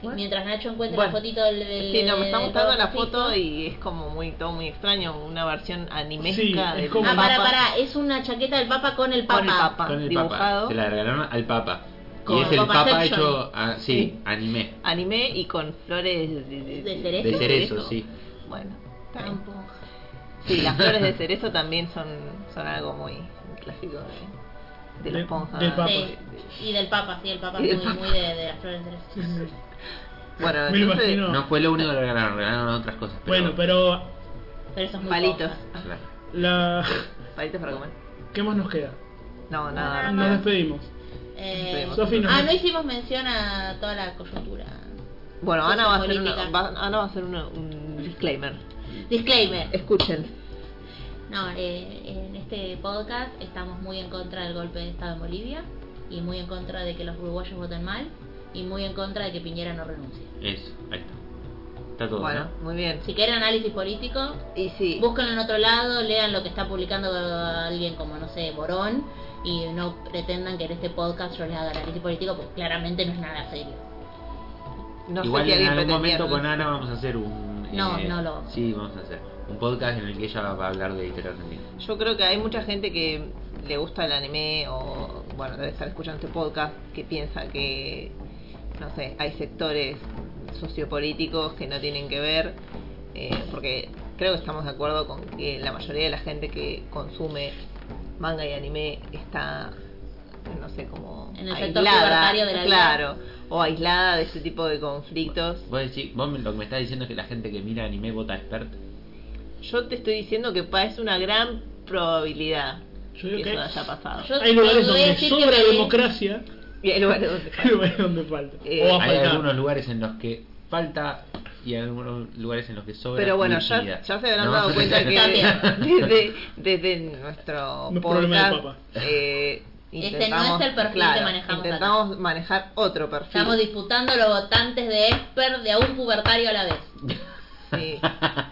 Speaker 2: que
Speaker 4: Bueno.
Speaker 2: Mientras Nacho encuentra
Speaker 4: Bueno.
Speaker 2: la fotito del... del-
Speaker 4: Sí, no, me está
Speaker 2: del
Speaker 4: gustando
Speaker 2: Papa
Speaker 4: la foto
Speaker 2: Francisco.
Speaker 4: y es como muy todo muy extraño, una versión animesca
Speaker 3: Sí, es
Speaker 4: del
Speaker 3: como-
Speaker 2: Ah,
Speaker 4: Papa
Speaker 2: para, para, es una chaqueta del Papa con el Papa.
Speaker 4: con el Papa
Speaker 1: Con el
Speaker 4: dibujado,
Speaker 1: Papa. Se la regalaron al Papa.
Speaker 2: Con
Speaker 1: y es el Papa
Speaker 2: Papaception.
Speaker 1: hecho. ah, sí,
Speaker 4: Sí.
Speaker 1: anime.
Speaker 4: anime y con flores de,
Speaker 2: ¿De
Speaker 4: de-
Speaker 1: De
Speaker 2: cerezo?
Speaker 1: cerezo,
Speaker 4: cerezo.
Speaker 1: sí.
Speaker 4: Bueno, está bien.
Speaker 2: Tan ponja.
Speaker 4: sí, las flores de cerezo también son, son algo muy clásico de, de
Speaker 3: Del-
Speaker 4: los ponjas.
Speaker 3: del Papa.
Speaker 2: Sí, Y del Papa, sí, el Papa es
Speaker 4: Y del
Speaker 2: muy, muy de, de las flores Este. de
Speaker 3: Sí, sí, <laughs> sí.
Speaker 4: Bueno,
Speaker 3: Me lo
Speaker 4: entonces,
Speaker 3: imagino.
Speaker 1: No. fue lo único que regalaron, regalaron otras cosas.
Speaker 3: Bueno, pero
Speaker 2: Pero eso es muy
Speaker 4: palitos,
Speaker 2: ponja.
Speaker 1: Claro.
Speaker 3: la <laughs>
Speaker 4: palitos para comer.
Speaker 3: ¿qué más nos queda?
Speaker 4: No,
Speaker 2: Nada
Speaker 4: nada.
Speaker 3: Nos
Speaker 2: más.
Speaker 3: despedimos.
Speaker 2: Eh,
Speaker 3: Sofi, nos-
Speaker 2: ah, no hicimos mención a toda la coyuntura.
Speaker 4: Bueno, Ana va a hacer,
Speaker 2: Política.
Speaker 4: una, va- Ana va a hacer una- un disclaimer.
Speaker 2: Disclaimer.
Speaker 4: Escuchen.
Speaker 2: No, eh, en este podcast estamos muy en contra del golpe de Estado en Bolivia y muy en contra de que los uruguayos voten mal y muy en contra de que Piñera no renuncie.
Speaker 1: Eso, ahí está. Está todo,
Speaker 4: Bueno,
Speaker 1: ¿no?
Speaker 4: muy bien.
Speaker 2: Si quieren análisis político,
Speaker 4: Y sí,
Speaker 2: busquen en otro lado, lean lo que está publicando alguien como, no sé, Borón y no pretendan que en este podcast yo les haga análisis político porque claramente no es nada serio.
Speaker 4: no sé
Speaker 1: Igual
Speaker 4: si
Speaker 1: en
Speaker 4: alguien
Speaker 1: algún
Speaker 4: pretendía-
Speaker 1: momento con Ana vamos a hacer un. eh,
Speaker 2: No, no lo vamos.
Speaker 1: Sí, vamos a hacer. Un podcast en el que ella va a hablar de literatura argentina.
Speaker 4: Yo creo que hay mucha gente que le gusta el anime o, bueno, debe estar escuchando este podcast, que piensa que, no sé, hay sectores sociopolíticos que no tienen que ver, eh, porque creo que estamos de acuerdo con que la mayoría de la gente que consume manga y anime está, no sé, como
Speaker 2: En el sector
Speaker 4: aislada,
Speaker 2: pubertario de la vida.
Speaker 4: claro, o aislada de ese tipo de conflictos.
Speaker 1: Vos decís, vos me- lo que me estás diciendo es que la gente que mira anime vota expert.
Speaker 4: Yo te estoy diciendo que pa- es una gran probabilidad
Speaker 3: Yo
Speaker 4: que
Speaker 3: digo que
Speaker 4: eso haya pasado.
Speaker 2: Yo
Speaker 3: hay
Speaker 2: te
Speaker 3: lugares
Speaker 2: voy a
Speaker 3: donde
Speaker 2: decir
Speaker 3: sobra
Speaker 2: que me-
Speaker 3: democracia,
Speaker 4: Y hay lugares
Speaker 3: <laughs>
Speaker 4: donde
Speaker 3: hay lugares donde falta.
Speaker 4: Eh,
Speaker 3: o va a
Speaker 1: Hay
Speaker 3: faltar.
Speaker 1: algunos lugares en los que falta y hay algunos lugares en los que sobra.
Speaker 4: Pero bueno, ya,
Speaker 1: publicidad.
Speaker 4: ya se habrán
Speaker 1: ¿No? <laughs>
Speaker 4: dado cuenta que
Speaker 2: También.
Speaker 4: <laughs> desde, desde nuestro
Speaker 3: No es problema del
Speaker 4: podcast eh,
Speaker 2: Ese
Speaker 4: intentamos,
Speaker 2: Este no es el perfil que
Speaker 4: claro,
Speaker 2: manejamos
Speaker 4: intentamos manejar otro perfil.
Speaker 2: Estamos disputando los votantes de Esper de a un pubertario a la vez.
Speaker 4: Sí.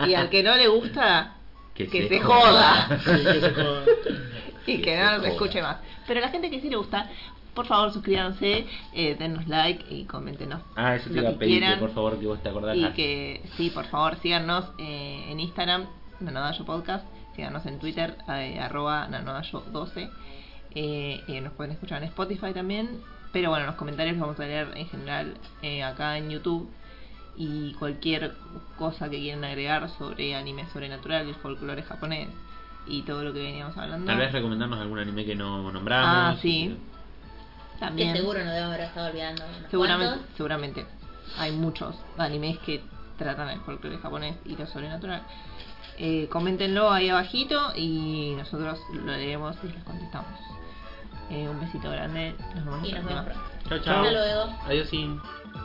Speaker 4: Y al que no le gusta,
Speaker 1: Que,
Speaker 4: que se joda.
Speaker 3: <laughs> Sí, que se joda.
Speaker 4: y que no nos escuche más. Pero a la gente que sí le gusta, por favor suscríbanse, eh, denos like y coméntenos.
Speaker 1: Ah, eso te
Speaker 4: lo
Speaker 1: iba a
Speaker 4: que
Speaker 1: pedir, que
Speaker 4: quieran.
Speaker 1: por favor, que vos te acordás.
Speaker 4: Y
Speaker 1: Ah,
Speaker 4: que sí, por favor, síganos eh, en Instagram, Nanodayo Podcast, síganos en Twitter, eh, arroba Nanodayo12, eh, y nos pueden escuchar en Spotify también, pero bueno, los comentarios los vamos a leer en general eh, acá en YouTube, y cualquier cosa que quieran agregar sobre anime sobrenatural, el folclore japonés, y todo lo que veníamos hablando.
Speaker 1: Tal vez recomendarnos algún anime que no nombramos.
Speaker 4: Ah, sí. También.
Speaker 2: Que seguro nos debemos haber estado olvidando. unos
Speaker 4: Seguramente,
Speaker 2: cuantos.
Speaker 4: seguramente. Hay muchos animes que tratan el folclore japonés y lo sobrenatural. Eh, coméntenlo ahí abajito y nosotros lo leemos y les contestamos. Eh, un besito grande. Nos vemos
Speaker 2: Y
Speaker 4: la
Speaker 2: nos
Speaker 4: próxima.
Speaker 2: vemos
Speaker 1: <laughs>
Speaker 2: pronto.
Speaker 1: Chao, chao.
Speaker 2: Hasta luego.
Speaker 1: Adiós, sí.